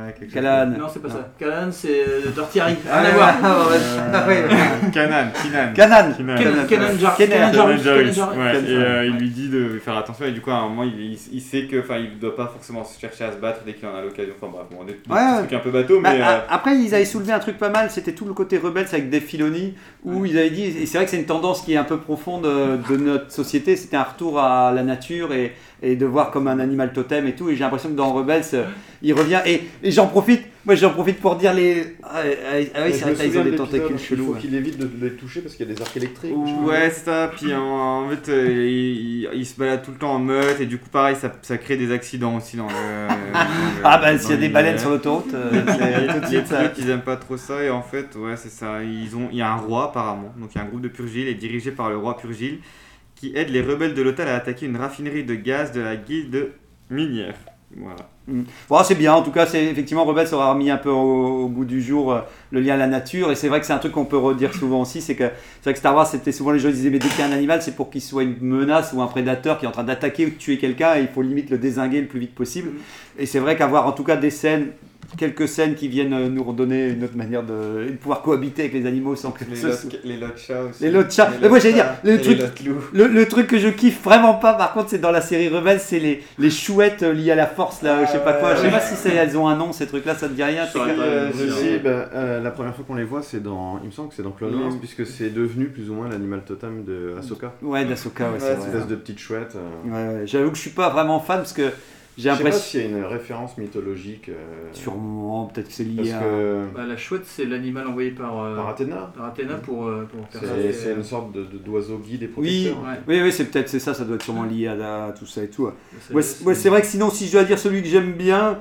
B: Ka- quelque chose.
A: Kalan.
C: Non, c'est pas ça. Calan, c'est euh, Dirty Harry. Rien
A: Ah,
C: à voir.
A: <laughs>
B: Euh, Kanan, Kinan.
A: Kanan.
B: Kinan.
C: Kenan- Kenan Jar-
A: Kenan
C: Kenan Jarvis.
B: Kanan Jarvis,
C: Kenan Jarvis.
B: ouais,
A: Kenan
B: et euh,
A: Jarvis.
B: il lui dit de faire attention et du coup à un moment il, il- il sait que enfin il doit pas forcément se chercher à se battre dès qu'il en a l'occasion enfin bref bon, des, des
A: Ouais, ouais.
B: petits trucs un peu bateau
A: Bah,
B: mais euh,
A: a- Après, ils avaient soulevé un truc pas mal, c'était tout le côté rebelle, c'est avec des Filoni, où ils avaient dit, et c'est vrai que c'est une tendance qui est un peu profonde euh, de notre société, c'était un retour à la nature et, et de voir comme un animal totem et tout, et j'ai l'impression que dans Rebels, euh, il revient, et, et j'en profite Moi, j'en profite pour dire les. Ah, ah, ah oui,
F: Mais
A: c'est
F: je
A: vrai
F: me
A: que là, ils
F: souviens
A: ont
F: de
A: des
F: l'épisode,
A: tentacules
F: Il
A: chelous.
F: faut
A: ouais.
F: qu'il évite de les toucher parce qu'il y a des arcs électriques. je crois.
B: Ouais, c'est ça. Puis en, en fait, euh, il, il- il se balade tout le temps en meute et du coup, pareil, ça, ça crée des accidents
A: <laughs>
B: aussi dans le. euh,
A: Ah, bah, s'il y a des baleines sur l'autoroute, euh,
F: <laughs>
A: c'est tout de
B: les
A: suite ça.
B: trucs, ils aiment pas trop ça et en fait ouais c'est ça ils ont il y a un roi apparemment donc il y a un groupe de purgiles et dirigé par le roi purgile qui aide les rebelles de l'OTAN à attaquer une raffinerie de gaz de la guilde minière voilà
A: Bon, c'est bien, en tout cas, c'est effectivement Rebels aura remis un peu au, au goût du jour euh, le lien à la nature, et c'est vrai que c'est un truc qu'on peut redire souvent aussi, c'est que c'est vrai que Star Wars, c'était souvent les gens qui disaient, mais dès qu'il y a un animal, c'est pour qu'il soit une menace ou un prédateur qui est en train d'attaquer ou de tuer quelqu'un, et il faut limite le désinguer le plus vite possible. Et c'est vrai qu'avoir en tout cas des scènes, quelques scènes qui viennent euh, nous redonner une autre manière de, de pouvoir cohabiter avec les animaux sans que ce soit-
B: les lochas aussi
A: Les Lotchas. Les Mais moi, j'allais dire, Lotchas le et les truc-
B: loups
A: le, le truc que je kiffe vraiment pas, par contre, c'est dans la série Rebels, c'est les, les chouettes euh, liées à la force, là, je sais pas quoi. Je sais pas si c'est- elles ont un nom, ces trucs-là, ça te dit rien.
G: Je
A: c'est
G: saurais
A: que-
G: pas.
F: Euh,
G: Ouais,
F: ceci,
G: ouais.
F: bah, euh, la première fois qu'on les voit, c'est dans. Il me semble que c'est dans Clone
G: Non.
F: Wars, puisque c'est devenu plus ou moins l'animal totem de Ahsoka.
A: Ouais, d'Asoka, ouais, c'est
F: Cette
A: vrai.
F: espèce de petite chouette. euh.
A: Ouais, ouais, J'avoue que je suis pas vraiment fan parce que j'ai
F: Je sais pas
A: l'impression.
F: s'il y a une référence mythologique. euh,
A: Sûrement, peut-être que c'est
F: Parce
A: lié à.
F: que.
C: Bah, la chouette, c'est l'animal envoyé par, euh,
F: Par Athéna,
C: par Athéna pour, euh, pour faire
F: c'est
C: ça.
F: c'est une sorte de- de- d'oiseau guide et
A: Oui,
F: protecteur.
C: Ouais.
A: oui, oui, c'est peut-être c'est ça, ça doit être sûrement lié à, la- à tout ça et tout.
C: Ça,
A: Ouais, c'est ouais, c'est vrai que sinon, si je dois dire celui que j'aime bien,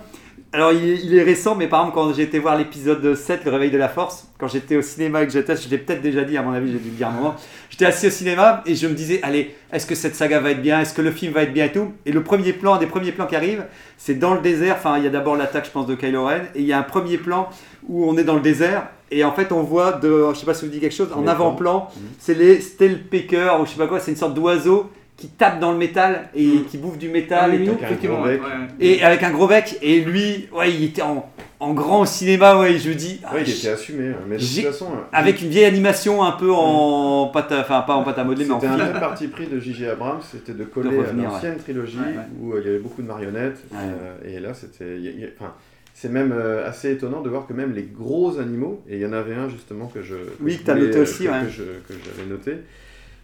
A: alors il, est- il est récent, mais par exemple, quand j'ai été voir l'épisode 7, Le Réveil de la Force, quand j'étais au cinéma et que j'étais, je l'ai peut-être déjà dit, à mon avis, j'ai dû le dire à un moment, j'étais assis au cinéma et je me disais, allez, est-ce que cette saga va être bien Est-ce que le film va être bien et tout Et le premier plan, un des premiers plans qui arrive, c'est dans le désert, enfin, il y a d'abord l'attaque, je pense, de Kylo Ren, et il y a un premier plan où on est dans le désert. Et en fait, on voit de, je sais pas si vous dit quelque chose, en
F: Premier plan.
A: avant-plan,
F: Mhm.
A: c'est les stelpecker ou je sais pas quoi, c'est une sorte d'oiseau qui tape dans le métal et qui bouffe du métal
C: Mm.
A: et
C: Ah oui,
A: tout.
C: oui, effectivement,
F: Avec-
C: ouais, ouais.
A: Et avec un gros bec, et lui, ouais, il était en, en grand au cinéma, ouais, et je dis. ah,
F: Ouais, il
A: je-
F: était assumé. hein. Mais de
A: J'ai-
F: toute façon, euh,
A: <laughs> Avec une vieille animation un peu en pâte à- enfin pas en pâte à modeler, mais en
F: Mm. c'était un
A: film. <laughs>
F: vrai parti pris de J.J. Abrams, c'était de coller
A: De revenir,
F: à l'ancienne trilogie
C: Ouais, ouais.
F: où euh, il y avait beaucoup de marionnettes.
A: Ouais.
F: euh, et là, c'était. il y a- il y a- enfin, c'est même euh, assez étonnant de voir que même les gros animaux, et il y en avait un justement que je. que
A: Oui,
F: je
A: que t'as
F: voulais,
A: noté
F: euh,
A: aussi,
F: que-
A: ouais.
F: Que, je- que j'avais noté,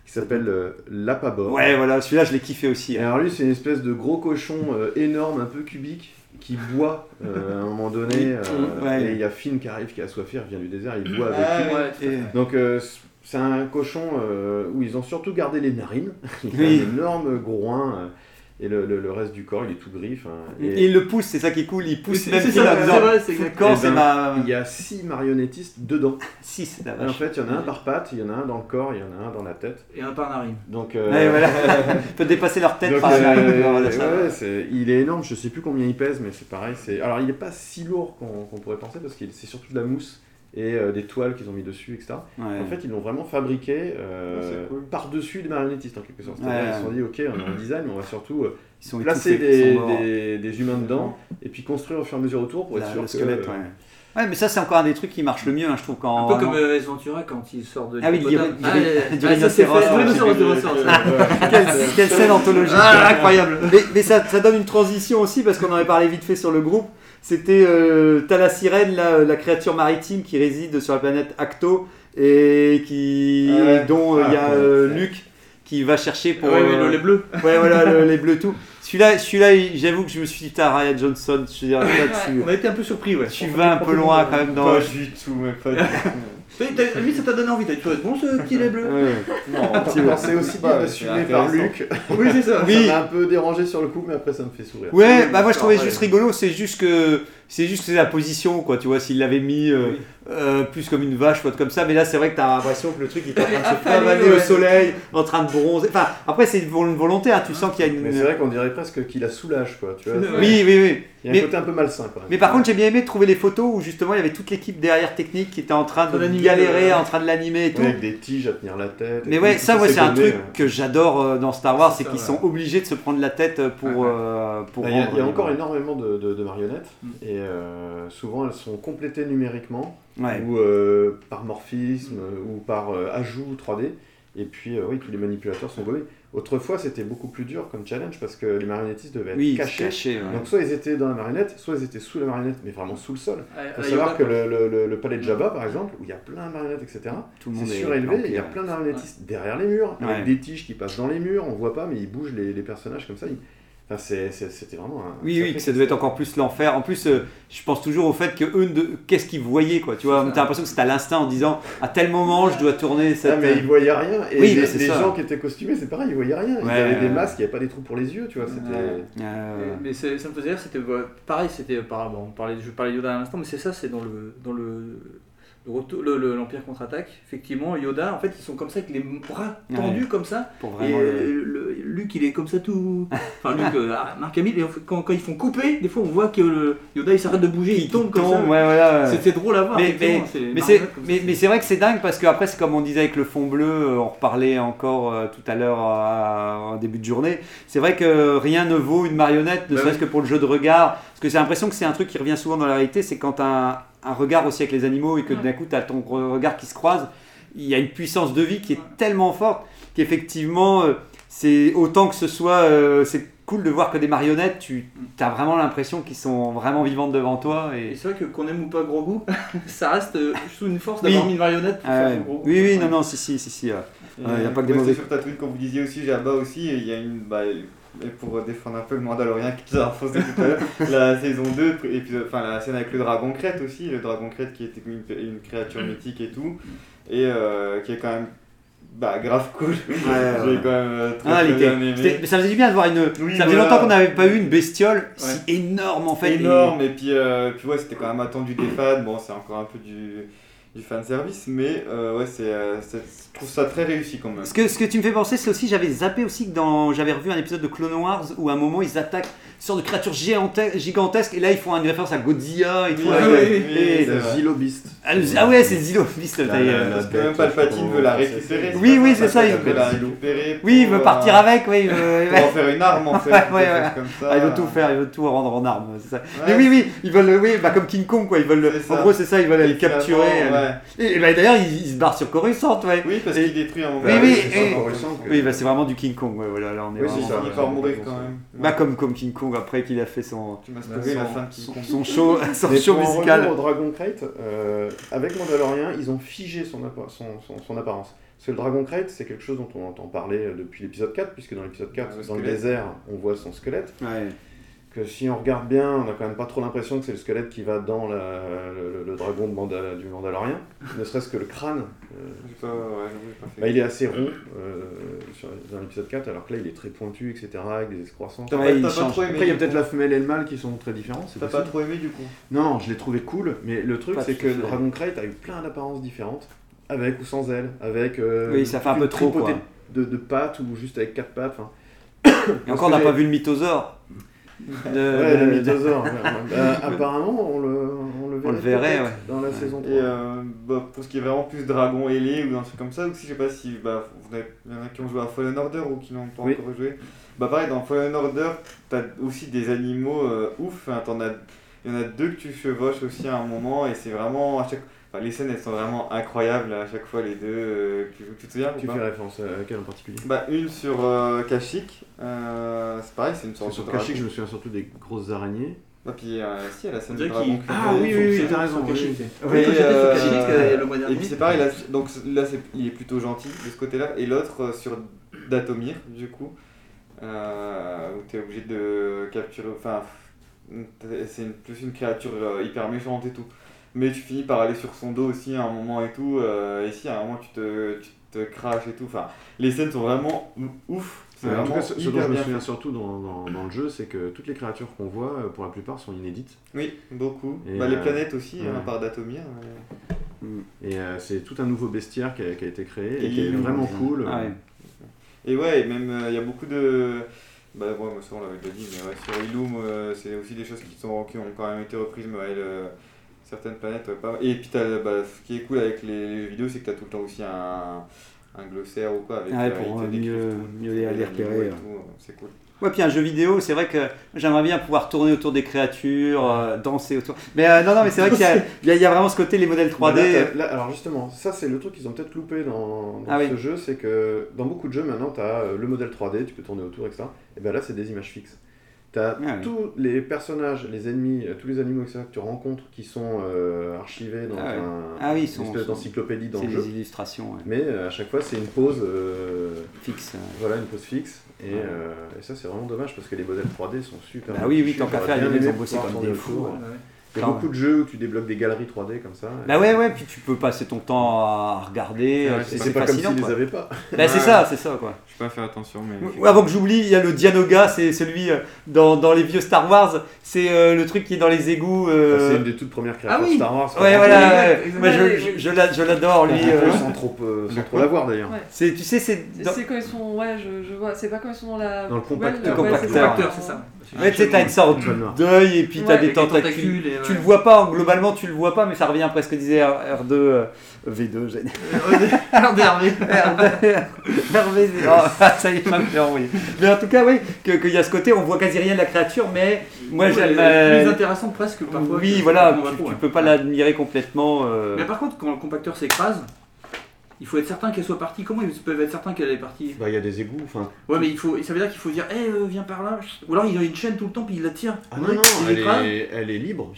F: qui s'appelle euh, l'apabore.
A: Ouais, voilà, celui-là je l'ai kiffé aussi. hein.
F: Et alors lui, c'est une espèce de gros cochon euh, énorme, un peu cubique, qui boit euh, à un moment donné. euh,
A: Mm, Ouais. Mm.
F: Et il y a Finn qui arrive, qui est assoiffé, il revient du désert, il boit avec lui.
C: Ah, Ouais,
A: Et-
F: Donc euh, c'est un cochon euh, où ils ont surtout gardé les narines. <laughs> Il a
A: Oui.
F: un énorme groin euh, et le, le- le reste du corps, il est tout gris. enfin,
A: Mm. Et
F: Et,
A: il le pousse, c'est ça qui est cool, il pousse
C: C'est-
A: même
C: c'est
A: Phil
C: ça,
A: en
C: c'est
A: disant,
C: vrai, c'est
A: Fous le
C: exact.
A: camp,
F: Eh
A: c'est
F: ben,
A: ma.
F: il y a six marionnettistes dedans.
A: Six, Ah, la
F: Et en
A: vache.
F: fait, il y en a un par patte, il y en a un dans le corps, il y en a un dans la tête.
C: Et un par narine.
F: Donc, euh,
A: Ouais, voilà. <laughs> Il peut dépasser leur tête
F: donc,
A: par
F: euh,
A: voilà, ça.
F: ouais, c'est- il est énorme, je sais plus combien il pèse, mais c'est pareil. c'est- Alors il n'est pas si lourd qu'on qu'on pourrait penser parce que c'est surtout de la mousse et euh, des toiles qu'ils ont mis dessus, etc.
A: Ouais.
F: En fait, ils l'ont vraiment fabriqué euh,
B: Ouais, c'est cool.
F: par-dessus les marionnettistes en quelque sorte.
A: Ouais.
F: C'est-à-dire, Ils se sont dit, ok, on a un design, mais on va surtout euh,
A: Ils sont
F: placer
A: étouffés, ils
F: des,
A: sont morts.
F: des- des humains dedans et puis construire au fur et à mesure autour pour être
A: La-
F: sûr
A: le
F: que- <laughs>
A: squelette, ouais. Ouais, mais ça c'est encore un des trucs qui marche le mieux, hein, je trouve. Quand
C: Un peu
A: vraiment-
C: comme euh, Ace Ventura quand il sort de
A: Ah oui,
C: l'hippopotame.
A: du-
C: Ah,
A: du-
C: ah,
A: du
C: ah, ça c'est
A: rhinocéros.
C: fait.
A: Ouais,
C: rhinocéros, rhinocéros,
F: Euh,
C: ça.
A: <laughs> quelle, quelle scène anthologique
C: Ah, incroyable.
A: Mais, mais ça, ça donne une transition aussi parce qu'on en avait parlé vite fait sur le groupe. C'était euh, t'as la sirène, là, euh, la créature maritime qui réside sur la planète Acto et qui
B: Ah ouais.
A: dont euh, il y a
F: Ah, ouais.
A: euh, Luc qui va chercher pour
C: Ouais, ouais,
A: euh,
C: le- les bleus.
A: ouais, voilà le- les bleus tout. <laughs> Celui-là, celui-là, il- j'avoue que je me suis dit putain Ryan Johnson, je veux dire, là, tu,
C: On a été un peu surpris, ouais.
A: tu vas un peu loin quand même dans.
B: pas du tout mais
A: <laughs>
B: pas du
C: Mais t'as- Limite, ça t'a donné envie. T'as dit, bon, ce petit les bleus.
A: Ouais.
F: Non, non, c'est aussi bien
B: Ouais,
F: assumé
B: c'est
F: par
B: intéressant.
F: Luc.
B: <laughs>
C: Oui, c'est ça.
A: Oui.
F: Ça m'a un peu dérangé sur le coup, mais après ça me fait sourire.
A: Ouais, bah moi je trouvais
F: ouais.
A: juste rigolo, c'est juste que c'est juste que c'est la position quoi, tu vois, s'il l'avait mis euh, euh, plus comme une vache ou autre comme ça, mais là c'est vrai que t'as l'impression que le truc il est en train de se
E: affalé,
A: pavaner au
E: ouais.
A: soleil, en train de bronzer. Enfin, après c'est une vol- volonté, hein, tu sens qu'il y a une
F: Mais c'est vrai qu'on dirait presque qu'il la soulage, quoi. Tu vois,
A: Oui, oui, oui.
F: Il y a un
A: Mais-
F: côté un peu malsain, quand même.
A: Mais par contre, j'ai bien aimé trouver les photos où justement il y avait toute l'équipe derrière technique qui était en train de
C: De l'animer,
A: galérer,
C: ouais.
A: en train de l'animer et tout.
F: Ouais, avec des tiges à tenir la tête. et
A: Mais
F: tout,
A: ouais,
F: tout
A: ça, ouais, c'est un
F: donné,
A: truc
F: ouais.
A: que j'adore euh, dans Star Wars, c'est
C: Ça,
A: qu'ils
C: ouais.
A: sont obligés de se prendre la tête pour
C: Ouais, ouais.
A: euh, pour
F: Là, Il y a,
A: rendre
F: il y a
A: les-
F: encore énormément de, de- de marionnettes
C: Mm.
F: et euh, souvent elles sont complétées numériquement
A: Ouais.
F: ou euh, par morphisme euh, ou par euh, ajout 3D et puis euh, oui tous les manipulateurs sont gommés. Autrefois c'était beaucoup plus dur comme challenge parce que les marionnettistes devaient être
A: Oui,
F: cachés.
A: caché. ouais.
F: Donc soit ils étaient dans la marionnette, soit ils étaient sous la marionnette, mais vraiment sous le sol.
C: Ah,
F: Il faut
C: ah,
F: savoir
C: Yoda,
F: que
C: quoi.
F: le, le- le- le palais
A: Mm.
F: de Jabba par exemple où il y a plein de marionnettes etc.
A: Tout le
F: C'est
A: monde est
F: surélevé,
A: planqué,
F: il y a
A: ouais.
F: plein de marionnettistes derrière les murs,
A: Ouais.
F: avec des tiges qui passent dans les murs, on voit pas, mais ils bougent les, les personnages comme ça. ils- Enfin, c'est- c'est- C'était vraiment un.
A: Oui, oui, que ça devait être encore plus l'enfer. En plus, euh, je pense toujours au fait que eux, ne- qu'est-ce qu'ils voyaient, quoi. Tu vois, t'as l'impression que c'était à l'instinct en disant à tel moment je dois tourner cette. euh,
F: Ah, mais ils voyaient rien. Et
A: Oui, mais
F: les,
A: c'est
F: les
A: ça.
F: gens qui étaient costumés, c'est pareil, ils voyaient rien. Ils
A: Ouais,
F: avaient
A: ouais.
F: des masques, il n'y avait pas des trous pour les yeux, tu vois. C'était.
H: Ouais.
A: Euh,
H: Mais c'est- ça me faisait rire, c'était
C: bah,
H: euh, pareil, c'était euh, par- bon, on parlait, je parlais de Yoda à l'instant, mais c'est ça, c'est dans le dans le le retour- le- le- l'Empire contre-attaque. Effectivement, Yoda, en fait, ils sont comme ça avec les bras tendus comme ça.
A: pour
H: Et
A: vraiment. le-
H: euh, le- Luke, il est comme ça
A: <laughs>
H: tout. Enfin, Luke, euh, ah, Marc Hamill, et en fait, quand, quand ils font couper, des fois on voit que le Yoda il s'arrête de bouger, il, tombe comme
A: Tombe,
H: ça.
A: ouais, voilà.
H: C'est- C'est drôle à voir.
A: Mais, mais,
H: effectivement,
A: mais
H: Marvel
A: c'est
H: comme
A: mais,
H: ça.
A: mais c'est vrai que c'est dingue parce que après c'est comme on disait avec le fond bleu, euh, on reparlait encore euh, tout à l'heure euh, en début de journée. C'est vrai que rien ne vaut une marionnette, ne
H: Bah
A: serait-ce que pour le jeu de regard. Parce que j'ai l'impression que c'est un truc qui revient souvent dans la réalité, c'est quand un, un regard aussi avec les animaux et que d'un coup tu as ton re- regard qui se croise, il y a une puissance de vie qui est tellement forte qu'effectivement euh, c'est autant que ce soit euh, c'est cool de voir que des marionnettes, tu as vraiment l'impression qu'ils sont vraiment vivantes devant toi et
H: Et c'est vrai que qu'on aime ou pas gros goût, <laughs> ça reste euh, sous une force
A: Oui.
H: d'avoir mis une marionnette pour
A: Ah
H: faire
A: ouais.
H: du gros goût.
A: Oui, oui, non, non, si, si, si, si. euh,
B: Et
A: Ouais, y a pas que des
B: ouais,
A: mauvais.
B: c'est Sur ta tweet, quand vous disiez aussi, j'ai là-bas aussi, il y a une. Bah, et pour défendre un peu le Mandalorian qui a enfoncé tout à l'heure,
A: <laughs>
B: la saison 2, pr- épisode- enfin la scène avec le dragon crête aussi, le dragon crête qui était une, une créature mythique et tout, et euh, qui est quand même bah, grave cool.
A: ouais.
B: <laughs> J'ai quand même euh, très,
A: Ah, elle
B: très
A: était-
B: bien aimé.
A: c'était- mais ça faisait du bien de voir une.
B: Oui,
A: ça faisait
B: voilà.
A: longtemps qu'on n'avait pas eu une bestiole si énorme en fait. et-
B: énorme et puis, euh, puis ouais c'était quand même attendu des fans bon c'est encore un peu du du fan service mais euh, ouais c'est euh, c'est- je trouve ça très réussi quand même
A: Ce que, ce que tu me fais penser, c'est aussi j'avais zappé aussi que dans j'avais revu un épisode de Clone Wars où à un moment ils attaquent une sorte de créature géante- gigantesque et là ils font une référence à Godzilla et tout.
B: Oui,
A: Ah,
B: oui,
A: ouais.
B: oui,
A: Et-
B: c'est vrai.
F: Zilobiste.
A: Ah, le- ah ouais, c'est Zilo. oui, c'est-
F: La-
A: d'ailleurs.
F: la-
B: euh, parce que
F: bête,
B: même Palpatine
F: je
B: veut la
F: crois,
B: récupérer
F: c'est-
A: Oui, oui, c'est ça,
B: il
A: il
B: veut
A: veut-
B: la récupérer pour,
A: Oui, il veut partir
B: euh,
A: avec, oui. il veut-
B: pour en faire une
A: <laughs>
B: arme en fait
A: Ouais,
B: quelque
A: ouais,
B: chose
A: ouais.
B: comme ça.
A: Ah, ils veulent tout faire, ils veulent tout rendre en armes, c'est ça. Mais
B: Ouais,
A: oui, oui, ils veulent, oui, bah comme King Kong, quoi, ils veulent,
B: C'est
A: en
B: ça.
A: gros, c'est ça, ils veulent
B: c'est-
A: le capturer.
B: finalement, ouais.
A: Et, et bah, d'ailleurs, ils, ils se barrent sur Coruscant, ouais.
B: oui parce
A: Et-
B: qu'il détruit un moment
A: Oui, oui,
F: c'est
A: et-
F: encore récent que-
A: Oui, bah, c'est vraiment du King Kong, ouais, voilà, là, on est
F: Oui,
A: vraiment-
F: c'est ça.
B: il finit par mourir quand même
A: Bah, comme, comme King Kong, après qu'il a fait son,
B: tu m'as spoilé la fin
A: Bah, son,
B: qui
A: son, son show, <laughs> son
F: Mais
A: show
F: pour en revenir
A: musical.
F: au Dragon Crate, euh, avec Mandalorian, ils ont figé son, appa- son, son- son apparence. Parce que le Dragon Crate, c'est quelque chose dont on entend parler euh, depuis l'épisode 4, puisque dans l'épisode 4,
B: Le
F: dans le
B: squelette.
F: désert, on voit son squelette.
A: Ouais.
F: Que si on regarde bien, on n'a quand même pas trop l'impression que c'est le squelette qui va dans la- le, le- le dragon de Manda- du Mandalorian. Ne serait-ce que le crâne, euh,
B: J'ai pas- ouais, j'ai pas fait.
F: bah, il est assez rond euh, sur- dans l'épisode 4, alors que là, il est très pointu, etc., avec des excroissances.
B: T'as
A: Ouais,
B: pas-
A: il
B: t'as pas
A: change.
B: trop aimé,
F: Après, il y a
B: du
F: peut-être
B: coup.
F: la femelle et le mâle qui sont très différents. c'est
B: T'as pas
F: possible.
B: trop aimé du coup
F: Non, non, je l'ai trouvé cool, mais le truc,
A: Pas
F: c'est
A: tout
F: que
A: à fait.
F: Dragon Crate a eu plein d'apparences différentes, avec ou sans ailes, avec. euh,
A: Oui, ça fait un
F: une
A: peu trop,
F: tripotée
A: quoi.
F: De, de pattes ou juste avec quatre pattes. enfin.
A: Et encore, on
F: que
A: n'a pas
F: j'ai-
A: vu le mythosaure. De-
F: Ouais,
A: de-
F: le
A: <laughs>
F: mythosaure. ouais, ouais. Bah, apparemment, on le, on le verrait,
A: le verrait,
F: peut-être dans la
A: Ouais.
F: saison 3.
B: Et euh, bah, pour ce qui est vraiment plus dragon ailé ou un truc comme ça, ou si je sais pas si bah, vous avez- il y en a qui ont joué à Fallen Order ou qui n'ont pas
F: Oui.
B: encore joué. Bah pareil, dans Fallen Order, t'as aussi des animaux euh, ouf. hein, t'en as- il y en a deux que tu chevauches aussi à un moment et c'est vraiment à chaque. Enfin, les scènes elles sont vraiment incroyables à chaque fois les deux. euh, tu, tu te souviens ou
F: Tu
B: pas
F: fais référence à laquelle en particulier
B: Bah une sur euh, Kashyyyk, euh, c'est pareil, c'est une sorte
F: Parce que
B: de
F: Sur Kashyyyk, je
B: dragon.
F: me souviens surtout des grosses araignées.
B: Ah, puis euh, si, elle a la
H: On
B: scène du
H: dirait
B: dragon.
H: qu'il-
B: qui
F: Ah,
B: fait-
F: oui, oui, oui, t'as raison,
H: Sur
F: oui,
H: Kashyyyk.
B: Oui,
H: Oui, quand j'étais
B: euh,
H: sur Kashyyyk, euh, le mois
B: Et puis
H: dernier.
B: c'est pareil, là, donc là c'est, il est plutôt gentil de ce côté-là, et l'autre euh, sur Datomir, du coup, euh, où t'es obligé de capturer, enfin, t'es- c'est une- plus une créature euh, hyper méchante et tout. Mais tu finis par aller sur son dos aussi à un moment et tout, euh, et si à un moment tu te, tu te craches et tout, enfin, les scènes sont vraiment ouf, c'est
F: Ouais, en tout
B: vraiment
F: cas, ce ce dont
B: hyper
F: je me
B: bien
F: souviens
B: fait.
F: surtout dans, dans- dans le jeu, c'est que toutes les créatures qu'on voit, euh, pour la plupart, sont inédites.
B: Oui, beaucoup.
F: Et,
B: Bah, les
F: euh,
B: planètes aussi,
F: ouais.
B: hein, à part Datomir. euh,
F: Et euh, c'est tout un nouveau bestiaire qui a, qui a été créé et,
B: Et
F: qui est
B: ils-
F: vraiment cool.
A: Ah ouais.
B: Et ouais, et même euh, il y a beaucoup de. Bah, ouais, moi, ça on l'avait déjà dit, mais ouais, sur Illum, euh, c'est aussi des choses qui, sont, qui ont quand même été reprises, mais ouais, le- certaines planètes, ouais, pas mal. Et puis, t'as- bah, ce qui est cool avec les, les vidéos, c'est que t'as tout le temps aussi un, un glossaire ou quoi, avec
A: Ouais,
B: euh, ils
A: pour
B: te
A: euh,
B: décrivent
A: mieux, hein.
B: tout,
A: mieux les, les
B: animaux et
A: repérer.
B: tout, euh, C'est cool.
A: Ouais, puis un jeu vidéo, c'est vrai que j'aimerais bien pouvoir tourner autour des créatures, euh, danser autour. Mais euh, non, non, mais c'est vrai qu'il y a- il y, a- il y a vraiment ce côté, les modèles
F: Bah
A: 3D.
F: là,
A: euh,
F: t'as- là, alors justement, ça c'est le truc qu'ils ont peut-être loupé dans, dans
A: Ah oui.
F: ce jeu, c'est euh, que dans beaucoup de jeux maintenant, tu as le modèle 3D, tu peux tourner autour, etc. Et bien là, c'est ben des images fixes. T'as
A: Ah ouais.
F: tous les personnages, les ennemis, euh, tous les animaux etc., que tu rencontres qui sont euh, archivés dans
A: Ah ouais.
F: un-
A: Ah oui, ils
F: une
A: sont-
F: espèce
A: sont-
F: d'encyclopédie dans
A: C'est
F: le
A: des
F: jeu.
A: illustrations ouais,
F: Mais euh, à chaque fois, c'est une pause, euh,
A: fixes. euh.
F: voilà, une pause fixe. Et,
A: Ouais.
F: euh, et ça, c'est vraiment dommage parce que les modèles 3D sont super.
A: Bah
F: bien
A: oui, oui,
F: fichus,
A: tant qu'à
F: j'aurais
A: faire, les
F: bien
A: mecs
F: aimé
A: ont bossé
F: pouvoir
A: comme
F: tourner
A: des
F: autour.
A: fous, ouais.
F: Il y a
A: Enfin,
F: beaucoup de jeux où tu débloques des galeries 3D comme ça.
A: Bah
F: Et-
A: ouais, ouais, puis tu peux passer ton temps à regarder,
B: Ouais,
A: euh,
B: c'est
A: c'est
F: C'est
A: c'est
F: pas comme
A: fascinant.
F: s'ils les
A: quoi.
F: avaient pas.
A: Bah c'est
B: Ouais.
A: ça, c'est ça quoi.
B: Je peux pas faire attention, mais.
A: Ouais, Avant que j'oublie, il y a le Dianoga, c'est celui euh, dans, dans les vieux Star Wars, c'est euh, le truc qui est dans les égouts. euh,
F: Enfin, C'est une des toutes premières créations
A: ah oui.
F: Star Wars.
A: Ouais,
F: par
A: voilà,
F: exemple.
A: ouais.
E: exact,
A: Moi, je,
E: oui.
A: je, je l'a- je l'adore lui.
F: Un peu
A: euh,
F: sans trop, euh, sans
B: Le
F: trop
B: quoi
F: l'avoir d'ailleurs.
A: c'est, tu sais, c'est. dans-
E: C'est quand ils sont. Ouais, je, je vois. C'est pas quand ils sont dans la.
F: Dans le
E: poubelle,
F: compacteur.
E: ouais,
A: Compacteur.
E: c'est ça.
C: Compacteur, c'est ça.
A: Ouais, tu sais, t'as une sorte
F: Une toile noire.
A: d'œil et puis t'as
E: Ouais,
A: des
C: Avec les
A: tentacules.
C: tentacules. et,
A: Tu
C: ouais.
H: <laughs>
A: le vois pas, globalement tu le vois pas, mais ça revient presque, disait R- R2, euh, V2, j'ai
C: Merde, Hervé.
A: Ah. <laughs> Hervé, c'est- oh, ça y est, ça me fait envoyer. Mais en tout cas, oui, que- qu'il y a ce côté, on voit quasi rien de la créature, mais moi
C: Ouais,
A: j'aime.
C: elle est
A: euh,
C: Plus intéressante presque parfois.
A: oui,
C: que-
A: voilà,
C: qu'on va
A: tu,
C: trouver.
H: hein.
A: tu peux pas l'admirer complètement. euh,
C: hein. Mais par contre, quand le compacteur s'écrase, il faut être certain qu'elle soit partie. Comment ils peuvent être certains qu'elle est partie
F: Bah, il y a des égouts. Enfin,
C: Ouais, mais il faut, ça veut dire qu'il faut dire, hé, viens par là. Ou alors il a une chaîne tout le temps, puis il la tire.
F: Ah non, non,
C: Il
F: elle
C: l'écrase.
F: est, elle est libre.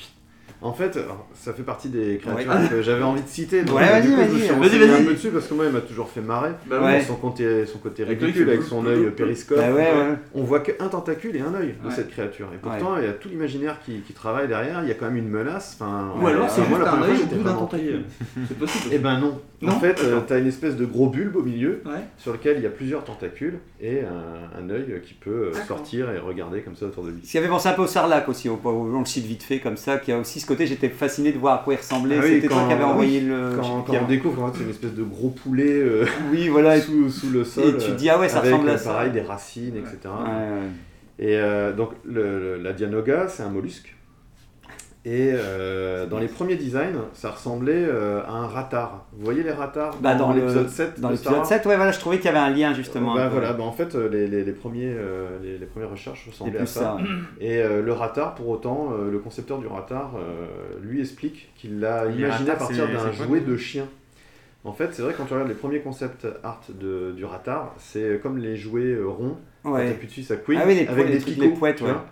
F: En fait, alors, ça fait partie des créatures
A: Ouais.
F: que j'avais envie de citer. Donc,
A: Ouais,
F: euh,
A: vas-y,
F: du coup, je me
A: vas-y.
F: suis
A: Vas-y,
F: renseigné
A: vas-y.
F: un peu dessus parce que moi, elle m'a toujours fait marrer.
C: Bah
A: Ouais.
F: Son côté, son côté
C: Avec
F: ridicule,
C: l'œil qui
F: avec son œil périscope.
A: bah ouais, ouais.
F: On voit qu'un tentacule et un œil de
C: Ouais.
F: cette créature. Et pourtant, il y a tout l'imaginaire qui, qui travaille derrière. Il y a quand même une menace. Enfin, euh,
C: Ou alors c'est
F: moi,
C: juste
F: la
C: un
F: première
C: œil
F: fois,
C: au
F: j'étais
C: bout d'un
F: vraiment-
C: tentacule. C'est possible.
F: Eh ben non.
C: Non
F: en fait, euh, t'as une espèce de gros bulbe au milieu
C: Ouais.
F: sur lequel il y a plusieurs tentacules et un, un œil qui peut euh, sortir et regarder comme ça autour de lui.
A: Ce qui avait pensé un peu au Sarlac aussi, au- au- on le cite vite fait comme ça, qui a aussi ce côté, j'étais fasciné de voir à quoi il ressemblait.
F: Ah oui,
A: C'était toi
F: quand-
A: qui avais
F: oui,
A: envoyé le.
F: Quand, quand on <laughs>
A: Pierre.
F: découvre, en fait, c'est une espèce de gros poulet euh,
A: Oui, voilà. Et,
F: sous, sous le
A: et
F: sol.
A: tu
F: euh,
A: te dis, ah ouais, ça
F: avec,
A: ressemble
F: euh,
A: à ça.
F: pareil, des racines, etc.
A: Ouais, ouais.
F: Et euh, donc, le- le- la Dianoga, c'est un mollusque. Et euh, dans les premiers designs, ça ressemblait euh, à un ratard. Vous voyez les ratards
A: Bah, dans le-
F: l'épisode 7
A: Dans
F: de Star
A: l'épisode
F: Wars
A: 7, ouais, voilà, je trouvais qu'il y avait un lien justement.
F: Bah,
A: un peu.
F: voilà, bah, en fait, euh, les, les- les premiers, euh, les, les premières recherches
A: C'est
F: ressemblaient à
A: plus
F: ça.
A: ça.
F: Et euh, le ratard, pour autant, euh, le concepteur du ratard, euh, lui explique qu'il l'a
B: Les
F: imaginé à
B: ratards,
F: partir
B: c'est-
F: d'un
B: c'est quoi,
F: jouet
B: nous
F: de chien. En fait, c'est vrai, quand tu regardes les premiers concepts art de- du ratard, c'est comme les jouets euh, ronds. Quand
A: Ouais.
F: t'appuies dessus, ça couine
A: Ah oui, les
F: avec
A: pou- les
F: des
A: trucs,
F: picots,
A: les poètes,
F: tu
A: ouais.
F: vois.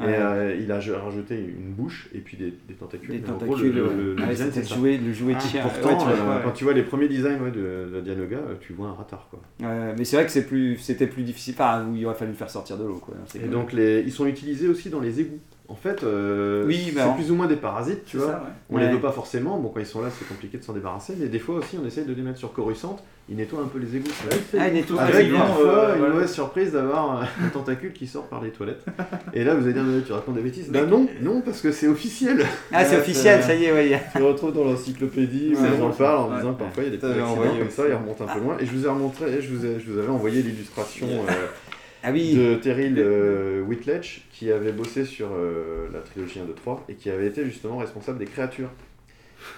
F: Et
A: Ouais.
F: euh, il a je- rajouté une bouche et puis des, des tentacules.
A: Des
F: Mais en gros,
A: tentacules.
F: le-
A: ouais.
F: le- le
A: Ah ouais,
F: design,
A: C'était
F: c'est
A: le
F: ça.
A: jouet, le jouet de
B: Ah,
A: chien.
F: Pourtant,
A: Ouais, tu vois,
F: euh,
A: ouais.
F: quand tu vois les premiers designs ouais, de, de Dianoga, euh, tu vois un ratard. Quoi.
A: Ouais, mais c'est vrai que c'est plus, c'était plus difficile. Enfin, où il aurait fallu le faire sortir de l'eau, quoi. C'est
F: Et
A: clair.
F: donc, les, ils sont utilisés aussi dans les égouts. En fait, euh,
A: Oui, bah,
F: c'est
A: on-
F: plus ou moins des parasites, tu
C: C'est
F: vois.
C: ça, ouais.
F: On
A: Ouais.
F: les veut pas forcément. Bon, quand ils sont là, c'est compliqué de s'en débarrasser. Mais des fois aussi, on essaye de les mettre sur Coruscant. Ils nettoient un peu les égouts. tu vois.
A: Ah, il est tout
F: Avec
A: résilient.
F: parfois
C: euh,
F: une
C: voilà.
F: mauvaise surprise d'avoir euh, un tentacule qui sort par les toilettes. Et là, vous allez dire, mais tu racontes des bêtises. Bah non, non, parce que c'est officiel.
A: Ah, c'est
F: Ouais,
A: officiel,
F: Euh, c'est-
A: ça y est, ouais.
F: Tu le retrouves dans l'encyclopédie,
A: Ouais.
F: on en parle en
C: Ouais.
F: disant que parfois il y a des petits
A: T'avais
F: accidents
A: envoyé
F: comme ça, ils remontent un peu loin. Et je vous ai remontré, je vous, ai- je vous avais envoyé l'illustration euh,
A: Ah oui.
F: de Terry euh, Whitledge, qui avait bossé sur euh, la trilogie 1, 2, 3, et qui avait été justement responsable des créatures.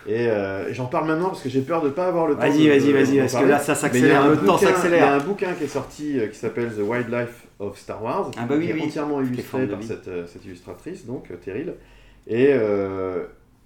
F: Et euh, j'en parle maintenant parce que j'ai peur de pas avoir le temps.
A: Vas-y,
F: de-
A: vas-y,
F: de-
A: vas-y,
F: d'en
A: parce que
F: parler.
A: là, ça
F: Mais il y a
A: s'accélère,
F: un
A: le temps
F: bouquin- Il y a
A: s'accélère.
F: un bouquin qui est sorti euh, qui s'appelle The Wildlife of Star Wars,
A: Ah bah oui,
F: qui
A: oui.
F: est entièrement
A: les
F: illustré
A: formes de
F: par
A: vie.
F: cette, euh, cette illustratrice, donc euh, Terril. Et, euh,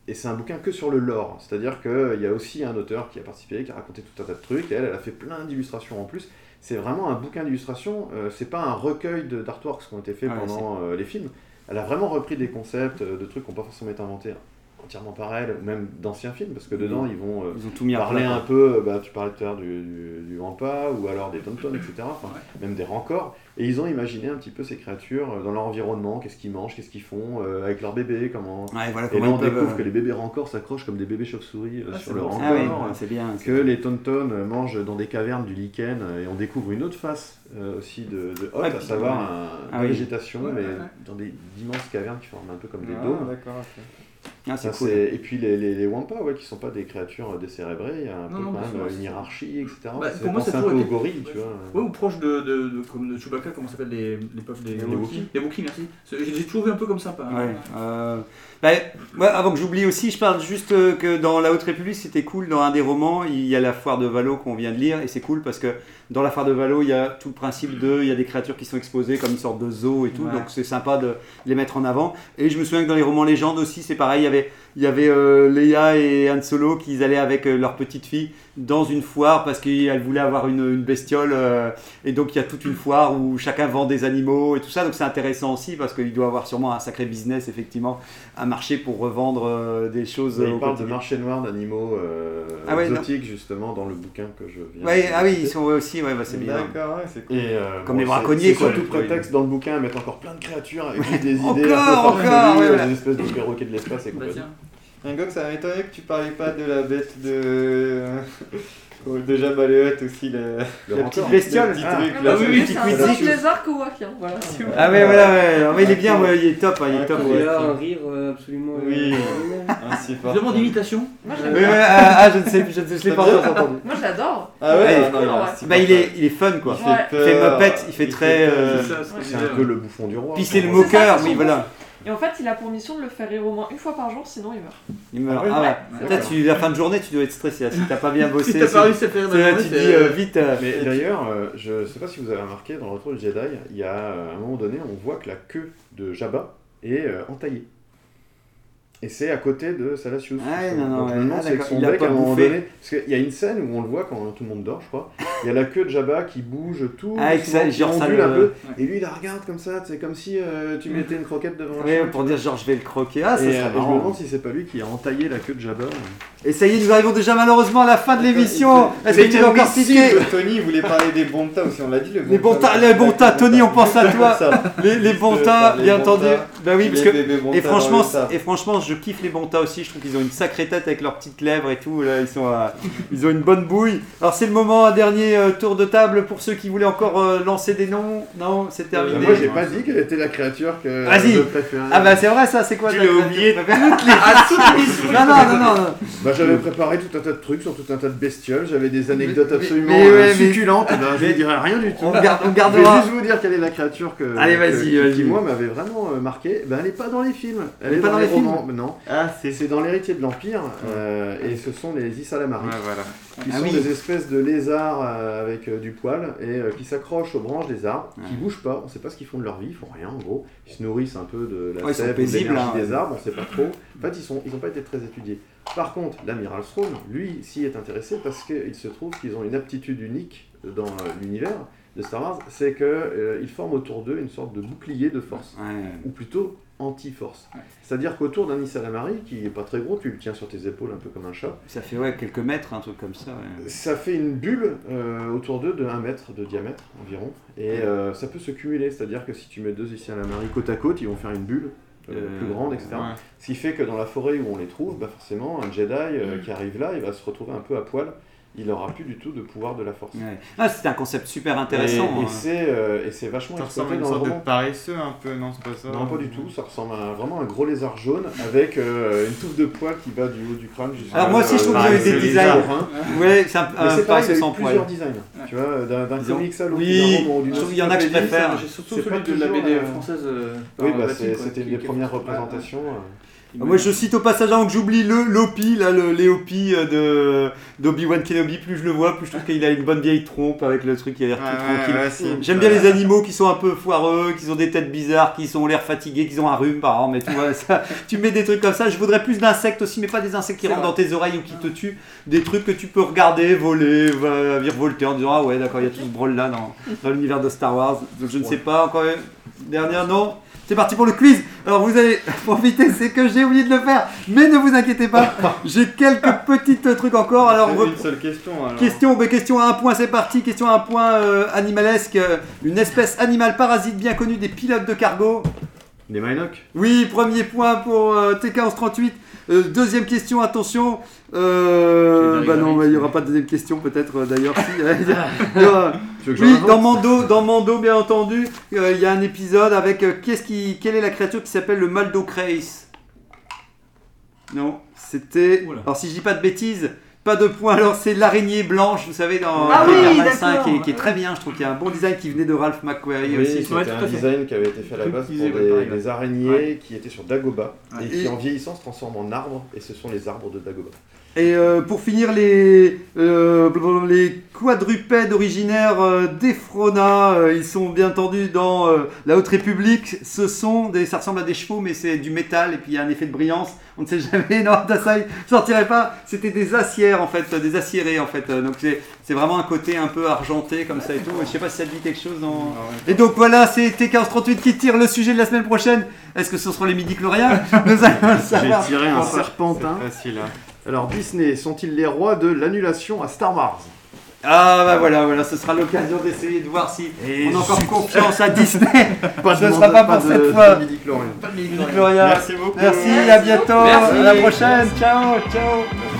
F: et c'est un bouquin que sur le lore, c'est-à-dire qu'il y a aussi un auteur qui a participé, qui a raconté tout un tas de trucs, et elle, elle a fait plein d'illustrations en plus. C'est vraiment un bouquin d'illustrations, euh, c'est pas un recueil de- d'artworks qui ont été faits
A: Ah Ouais,
F: pendant euh, les films. Elle a vraiment repris des concepts, euh, de trucs qui n'ont pas forcément été inventés entièrement par elle, ou même d'anciens films, parce que dedans ils vont euh,
A: Ils ont tout mis à
F: parler
A: plat.
F: un peu, euh, bah, tu parlais tout à l'heure du, du, du Wampa ou alors des Tontons, etc. Enfin, Même des rancors. Et ils ont imaginé un petit peu ces créatures euh, dans leur environnement, qu'est-ce qu'ils mangent, qu'est-ce qu'ils font euh, avec leurs bébés, comment.
A: Ouais, voilà
F: Et là,
A: comment
F: on
A: ils peuvent.
F: découvre
A: euh,
F: que les bébés rancors s'accrochent comme des bébés chauves-souris euh, sur le rancor.
A: Ah oui, ouais, c'est bien. c'est
F: Que
A: bien.
F: les Tontons euh, mangent dans des cavernes du lichen euh, et on découvre une autre face euh, aussi de, de Hoth,
A: Ah,
F: à
A: puis-
F: savoir
A: ouais.
F: un-
A: Ah
F: une
A: oui.
F: végétation,
C: Ouais,
F: mais
C: ouais, ouais.
F: dans des immenses cavernes qui forment un peu comme des
B: Ah,
A: hein.
F: dômes.
B: d'accord, ok.
A: Ah, c'est
F: Ça,
A: cool.
F: c'est- Et puis les, les, les Wampa, ouais, qui sont pas des créatures euh, décérébrées, il y a
C: Non,
F: un peu
C: non,
F: quand
C: bien
F: même
C: sûr,
F: euh,
C: c'est-
F: une hiérarchie, etc.
C: Bah,
F: Ça
C: pour moi,
F: fait
C: ça
F: penser
C: a
F: un peu
C: toujours
F: aux
C: été-
F: gorilles,
C: ouais,
F: tu vois.
C: Ouais, ou proche de, de, de- comme de Chewbacca, comment s'appellent les, les peuples des.
F: Les Wookiees.
C: Les Wookiees, merci. C'est- J'ai j'ai toujours vu un peu comme sympa. hein.
A: Ouais, euh, bah, moi, avant que j'oublie aussi, je parle juste euh, que dans La Haute République, c'était cool. Dans un des romans, il y a la foire de Valo qu'on vient de lire, et c'est cool parce que dans la foire de Valo, il y a tout le principe de, il y a des créatures qui sont exposées comme une sorte de zoo et tout,
C: Ouais.
A: donc c'est sympa de les mettre en avant. Et je me souviens que dans les romans légendes aussi, c'est pareil, il y avait Il y avait euh, Leia et Han Solo qui allaient avec euh, leur petite fille dans une foire parce qu'elle voulait avoir une, une bestiole. euh, et donc il y a toute une foire où chacun vend des animaux et tout ça. Donc c'est intéressant aussi parce qu'il doit avoir sûrement un sacré business, effectivement, un marché pour revendre euh, des choses. euh,
F: Il
A: au
F: parle de
A: quotidien.
F: marché noir d'animaux euh,
A: Ah ouais, non.
F: exotiques, justement, dans le bouquin que je viens
A: Ouais,
F: de
A: ah oui,
F: citer.
A: ils sont aussi, ouais, bah, c'est bien.
B: D'accord, ouais, c'est cool.
F: Et, euh,
A: Comme les
F: c'est-
A: braconniers,
F: C'est
A: quoi.
F: surtout prétexte dans le bouquin à mettre encore plein de créatures avec juste des
A: Encore,
F: idées. un peu farfelues,
A: encore, ouais,
F: euh,
A: ouais.
F: Des espèces de perroquets de l'espace et
C: Bah,
F: compagnie.
C: tiens.
B: Ringo, ça m'étonnerait que tu parlais pas de la bête de. <laughs> de Jabba le Hutt aussi, la,
F: Le
B: la
F: rancor.
B: petite bestiole.
F: Le petit
B: Ah.
F: truc,
E: Ah
F: là.
E: bah
A: oui,
E: oui,
A: oui,
E: c'est
A: petit
E: un
A: quiz.
E: singe lézard Kowak, hein, voilà. si vous voulez.
A: Ah ouais, voilà, ouais. Non, mais il est bien, ouais, il est top, hein, il est top.
B: Ah,
A: ouais.
D: Il a un rire euh, absolument.
B: Oui.
D: euh,
B: Insupportable.
C: Je demande imitation.
E: Moi,
A: Oui,
E: j'aime
A: ouais,
E: bien.
A: ah, ah, je ne sais, je ne sais pas.
E: Moi, j'adore.
B: Ah ouais,
A: Ouais,
B: non, non,
E: ouais.
B: insupportable.
A: Bah, il est, il est fun, quoi.
E: Ouais.
B: Il
A: Il fait
B: peur.
A: Muppet, il fait très.
B: peur.
A: euh,
F: C'est un peu le bouffon du roi. hein,
A: Puis c'est le
F: quoi.
A: moqueur,
E: ça,
A: oui,
E: son
A: voilà.
E: Et en fait, il a pour mission de le faire rire au moins une fois par jour, sinon il meurt.
A: Il meurt.
B: Ah ouais,
A: Ah ouais.
F: ouais.
A: Peut-être tu- la fin de journée, tu dois être stressé. là, Si t'as pas bien bossé,
C: Si t'as
A: si-
C: pas réussi à faire
A: si là,
C: de
A: tu dis euh, vite. euh,
F: Mais d'ailleurs, euh, je sais pas si vous avez remarqué, dans le retour du Jedi, il y a euh, à un moment donné, on voit que la queue de Jabba est euh, entaillée. Et c'est à côté de Salacius.
A: Ah,
F: justement.
A: non, non,
F: Donc je me
A: ouais.
F: demande
A: Ah,
F: si avec
A: d'accord,
F: son
A: il a
F: bec,
A: pas
F: à un moment
A: bouffé.
F: donné. Parce qu'il y a une scène où on le voit quand tout le monde dort, je crois. Il y a la queue de Jabba qui bouge tout.
A: Ah, avec
F: doucement,
A: ça,
F: qui
A: genre ça
F: ondule
A: le- Mm.
F: un peu. Et lui, il la regarde comme ça, c'est comme si euh, tu mettais une croquette devant un
A: <laughs> ouais,
F: chien.
A: pour dire genre je vais le croquer. Ah, ça
F: et, euh, et
A: serait
F: je me
A: marrant.
F: demande si c'est pas lui qui a entaillé la queue de Jabba.
A: Et ça y est, nous arrivons déjà malheureusement à la fin de l'émission. Est-ce que tu vas encore
B: <laughs>
A: piquer
B: que Tony voulait parler des bons tas aussi, on l'a dit. Le
A: Les bons tas, les bons tas, Tony, on pense à
B: <laughs>
A: toi. Les, les bons
B: Juste
A: tas,
B: ça, les
A: bien
B: bons
A: entendu.
B: tas.
A: Bah oui, parce que. Et franchement,
B: ça.
A: et franchement, je kiffe les Bontas aussi. Je trouve qu'ils ont une sacrée tête avec leurs petites lèvres et tout. Là, ils sont, euh, ils ont une bonne bouille. Alors c'est le moment, un dernier euh, tour de table pour ceux qui voulaient encore euh, lancer des noms. Non, c'est
F: Bah,
A: terminé.
F: moi, j'ai pas dit qu'elle était la créature que
A: Vas-y.
F: je préférais.
A: ah bah c'est vrai ça. C'est quoi
B: Tu
A: ta-
B: l'as
A: ta-
B: oublié.
A: ta- ta- <laughs> Ah, non, non, non, non, non.
F: Bah, j'avais préparé tout un tas de trucs sur tout un tas de bestioles, j'avais des anecdotes
A: mais-
F: absolument
A: mais
F: euh,
A: ouais, mais-
F: succulentes, Eh ben, je ne dirais rien du tout.
A: On, garde, on
F: Je vais
A: gardera.
F: juste vous dire quelle est la créature que,
A: Allez, vas-y,
F: que- qui-
A: vas-y.
F: qui, moi, m'avait vraiment euh, marqué. Ben, elle n'est pas dans les films, elle, est pas dans, les,
A: films.
F: romans. Non,
B: Ah, c'est.
F: c'est, c'est dans l'héritier de l'Empire, euh, et ce sont les Isalamari,
B: Ouais, voilà.
F: qui
A: Ah
F: sont
A: oui.
F: des espèces de lézards euh, avec euh, du poil, et euh, qui s'accrochent aux branches des arbres, qui bougent pas, on sait pas ce qu'ils font de leur vie, ils font rien en gros. Ils se nourrissent un peu de la
A: Ouais, ils sont
F: sève, ou de
A: paisibles,
F: l'énergie
A: hein.
F: des arbres, on sait pas trop. En fait, ils sont, ils ont pas été très étudiés. Par contre, l'amiral Strong, lui, s'y est intéressé parce qu'il se trouve qu'ils ont une aptitude unique dans euh, l'univers de Star Wars, c'est qu'ils forment autour d'eux une sorte de bouclier de force, ou plutôt anti-force. C'est-à-dire qu'autour d'un Isalamari, qui est pas très gros, tu le tiens sur tes épaules un peu comme un chat,
A: Ça fait ouais quelques mètres, un truc comme ça. ouais.
F: ça fait une bulle euh, autour d'eux de 1 mètre de diamètre environ, et euh, ça peut se cumuler, c'est-à-dire que si tu mets deux Isalamari côte à côte, ils vont faire une bulle euh,
A: Euh,
F: plus grande, etc.
B: ouais.
F: Ce qui fait que dans la forêt où on les trouve, bah forcément, un Jedi euh, qui arrive là, il va se retrouver un peu à poil. Il n'aura plus du tout de pouvoir de la force.
A: Ouais. Ah, c'était un concept super
F: Et,
A: intéressant.
F: et
A: hein.
F: c'est euh, et c'est vachement
B: Ça ressemble à
F: exploité
B: une
F: dans le
B: sorte de
F: roman.
B: paresseux un peu, non, c'est pas ça
F: Non, pas du tout. Ça ressemble à vraiment un gros lézard jaune avec euh, une touffe de poil qui va du haut du crâne jusqu'à.
A: Alors Ah, moi aussi, je trouve
B: que
F: euh,
B: j'ai eu des
F: le
A: designs.
F: brun.
A: Ouais, c'est un,
F: Euh, Mais
A: un
F: c'est pareil, il y a
A: paresseux
F: eu
A: sans poil.
F: plusieurs designs. Tu vois, euh, d'un d'un
A: Ils ont-
F: comics à l'autre, d'un
A: Oui,
F: roman ou d'une
A: je trouve
F: autre.
A: qu'il y en a que je préfère.
H: J'ai surtout
F: C'est
H: celui
F: pas
H: de la
F: toujours,
H: BD
F: euh,
H: française. euh,
F: Oui,
H: par
F: bah,
H: Batine,
F: c'est-
H: quoi,
F: c'était
H: qui-
F: une des
H: qui-
F: premières
H: qui-
F: représentations. euh.
A: Ah, Moi je cite au passage avant que j'oublie le Lopi, là le Léopi euh, de d'Obi-Wan Kenobi, plus je le vois, plus je trouve qu'il a une bonne vieille trompe avec le truc qui a l'air tout tranquille. J'aime bien les animaux qui sont un peu foireux, qui ont des têtes bizarres, qui ont l'air fatigués, qui ont un rhume par an, mais tu vois, ça, <laughs> tu mets des trucs comme ça. Je voudrais plus d'insectes aussi, mais pas des insectes qui
H: C'est
A: rentrent dans
H: vrai.
A: tes oreilles ou qui te tuent. Des trucs que tu peux regarder, voler, va- virevolter en disant Ah ouais, d'accord, il y a tout ce brol là dans, dans l'univers de Star Wars. Donc je ne sais pas encore. une Dernière, non c'est parti pour le quiz. Alors vous allez <laughs> profiter, c'est que j'ai oublié de le faire, mais ne vous inquiétez pas, j'ai quelques petits euh, trucs encore. Alors
B: Alors,
A: re-
B: une seule question alors.
A: Question, ben, question à un point, c'est parti. Question à un point euh, animalesque. Euh, Une espèce animale parasite bien connue des pilotes de cargo.
F: Les Minocs.
A: Oui, premier point pour euh, TK1138. Euh, deuxième question, attention. Euh,
G: C'est
A: bah non,
G: dingue,
A: bah, il n'y aura pas de deuxième question peut-être euh, d'ailleurs. si. <laughs> Il y aura-
F: Tu veux que
A: oui,
F: j'en
A: dans Mando, dans Mando, bien entendu, euh, il y a un épisode avec euh, qu'est-ce qui, quelle est la créature qui s'appelle le Maldo Kreis Non, c'était.
C: Oula.
A: Alors si je dis pas de bêtises, pas de points. Alors c'est l'araignée blanche, vous savez, dans
E: Ah oui,
A: Terre 25,
E: d'accord.
A: qui, est- qui est très bien. Je trouve qu'il y a un bon design qui venait de Ralph McQuarrie
F: Oui,
A: aussi.
F: c'était
C: ouais, tout
F: un
C: à fait.
F: design qui avait été fait à la base pour
C: Utilisé, ouais,
F: des,
C: pareil, ouais.
F: des araignées
C: Ouais.
F: qui étaient sur Dagobah et
A: Et-
F: qui en vieillissant se transforment en arbres et ce sont les arbres de Dagobah.
A: Et euh, pour finir, les, euh, blablabla, les quadrupèdes originaires euh, d'Ephrona, euh, ils sont bien entendu dans euh, la Haute République. Ce sont des, ça ressemble à des chevaux, mais c'est du métal et puis il y a un effet de brillance. On ne sait jamais. <laughs> Non, Dasai sortirait pas. C'était des acières en fait, des aciérés en fait. Euh, Donc c'est c'est vraiment un côté un peu argenté comme ça et tout. Je sais pas si ça te dit quelque chose.
B: Ah
A: dans- Et donc voilà, c'est T1538 qui tire le sujet de la semaine prochaine. Est-ce que ce seront les midi chloriens Nous allons le
F: J'ai
A: savoir.
F: tiré un
A: Enfin,
F: serpentin.
B: Facile. hein.
F: Alors Disney, sont-ils les rois de l'annulation à Star Wars
A: Ah bah voilà, voilà, ce sera l'occasion d'essayer de voir si
F: Et
A: on a encore confiance
F: <laughs>
A: à Disney.
F: Pas
A: Ce sera pas
F: pas
A: pour
F: de-
A: cette fois.
F: de midi-chloriens.
A: Midi chloriens.
B: Merci beaucoup.
A: Merci, à bientôt.
D: Merci.
A: À la prochaine. Ciao, ciao.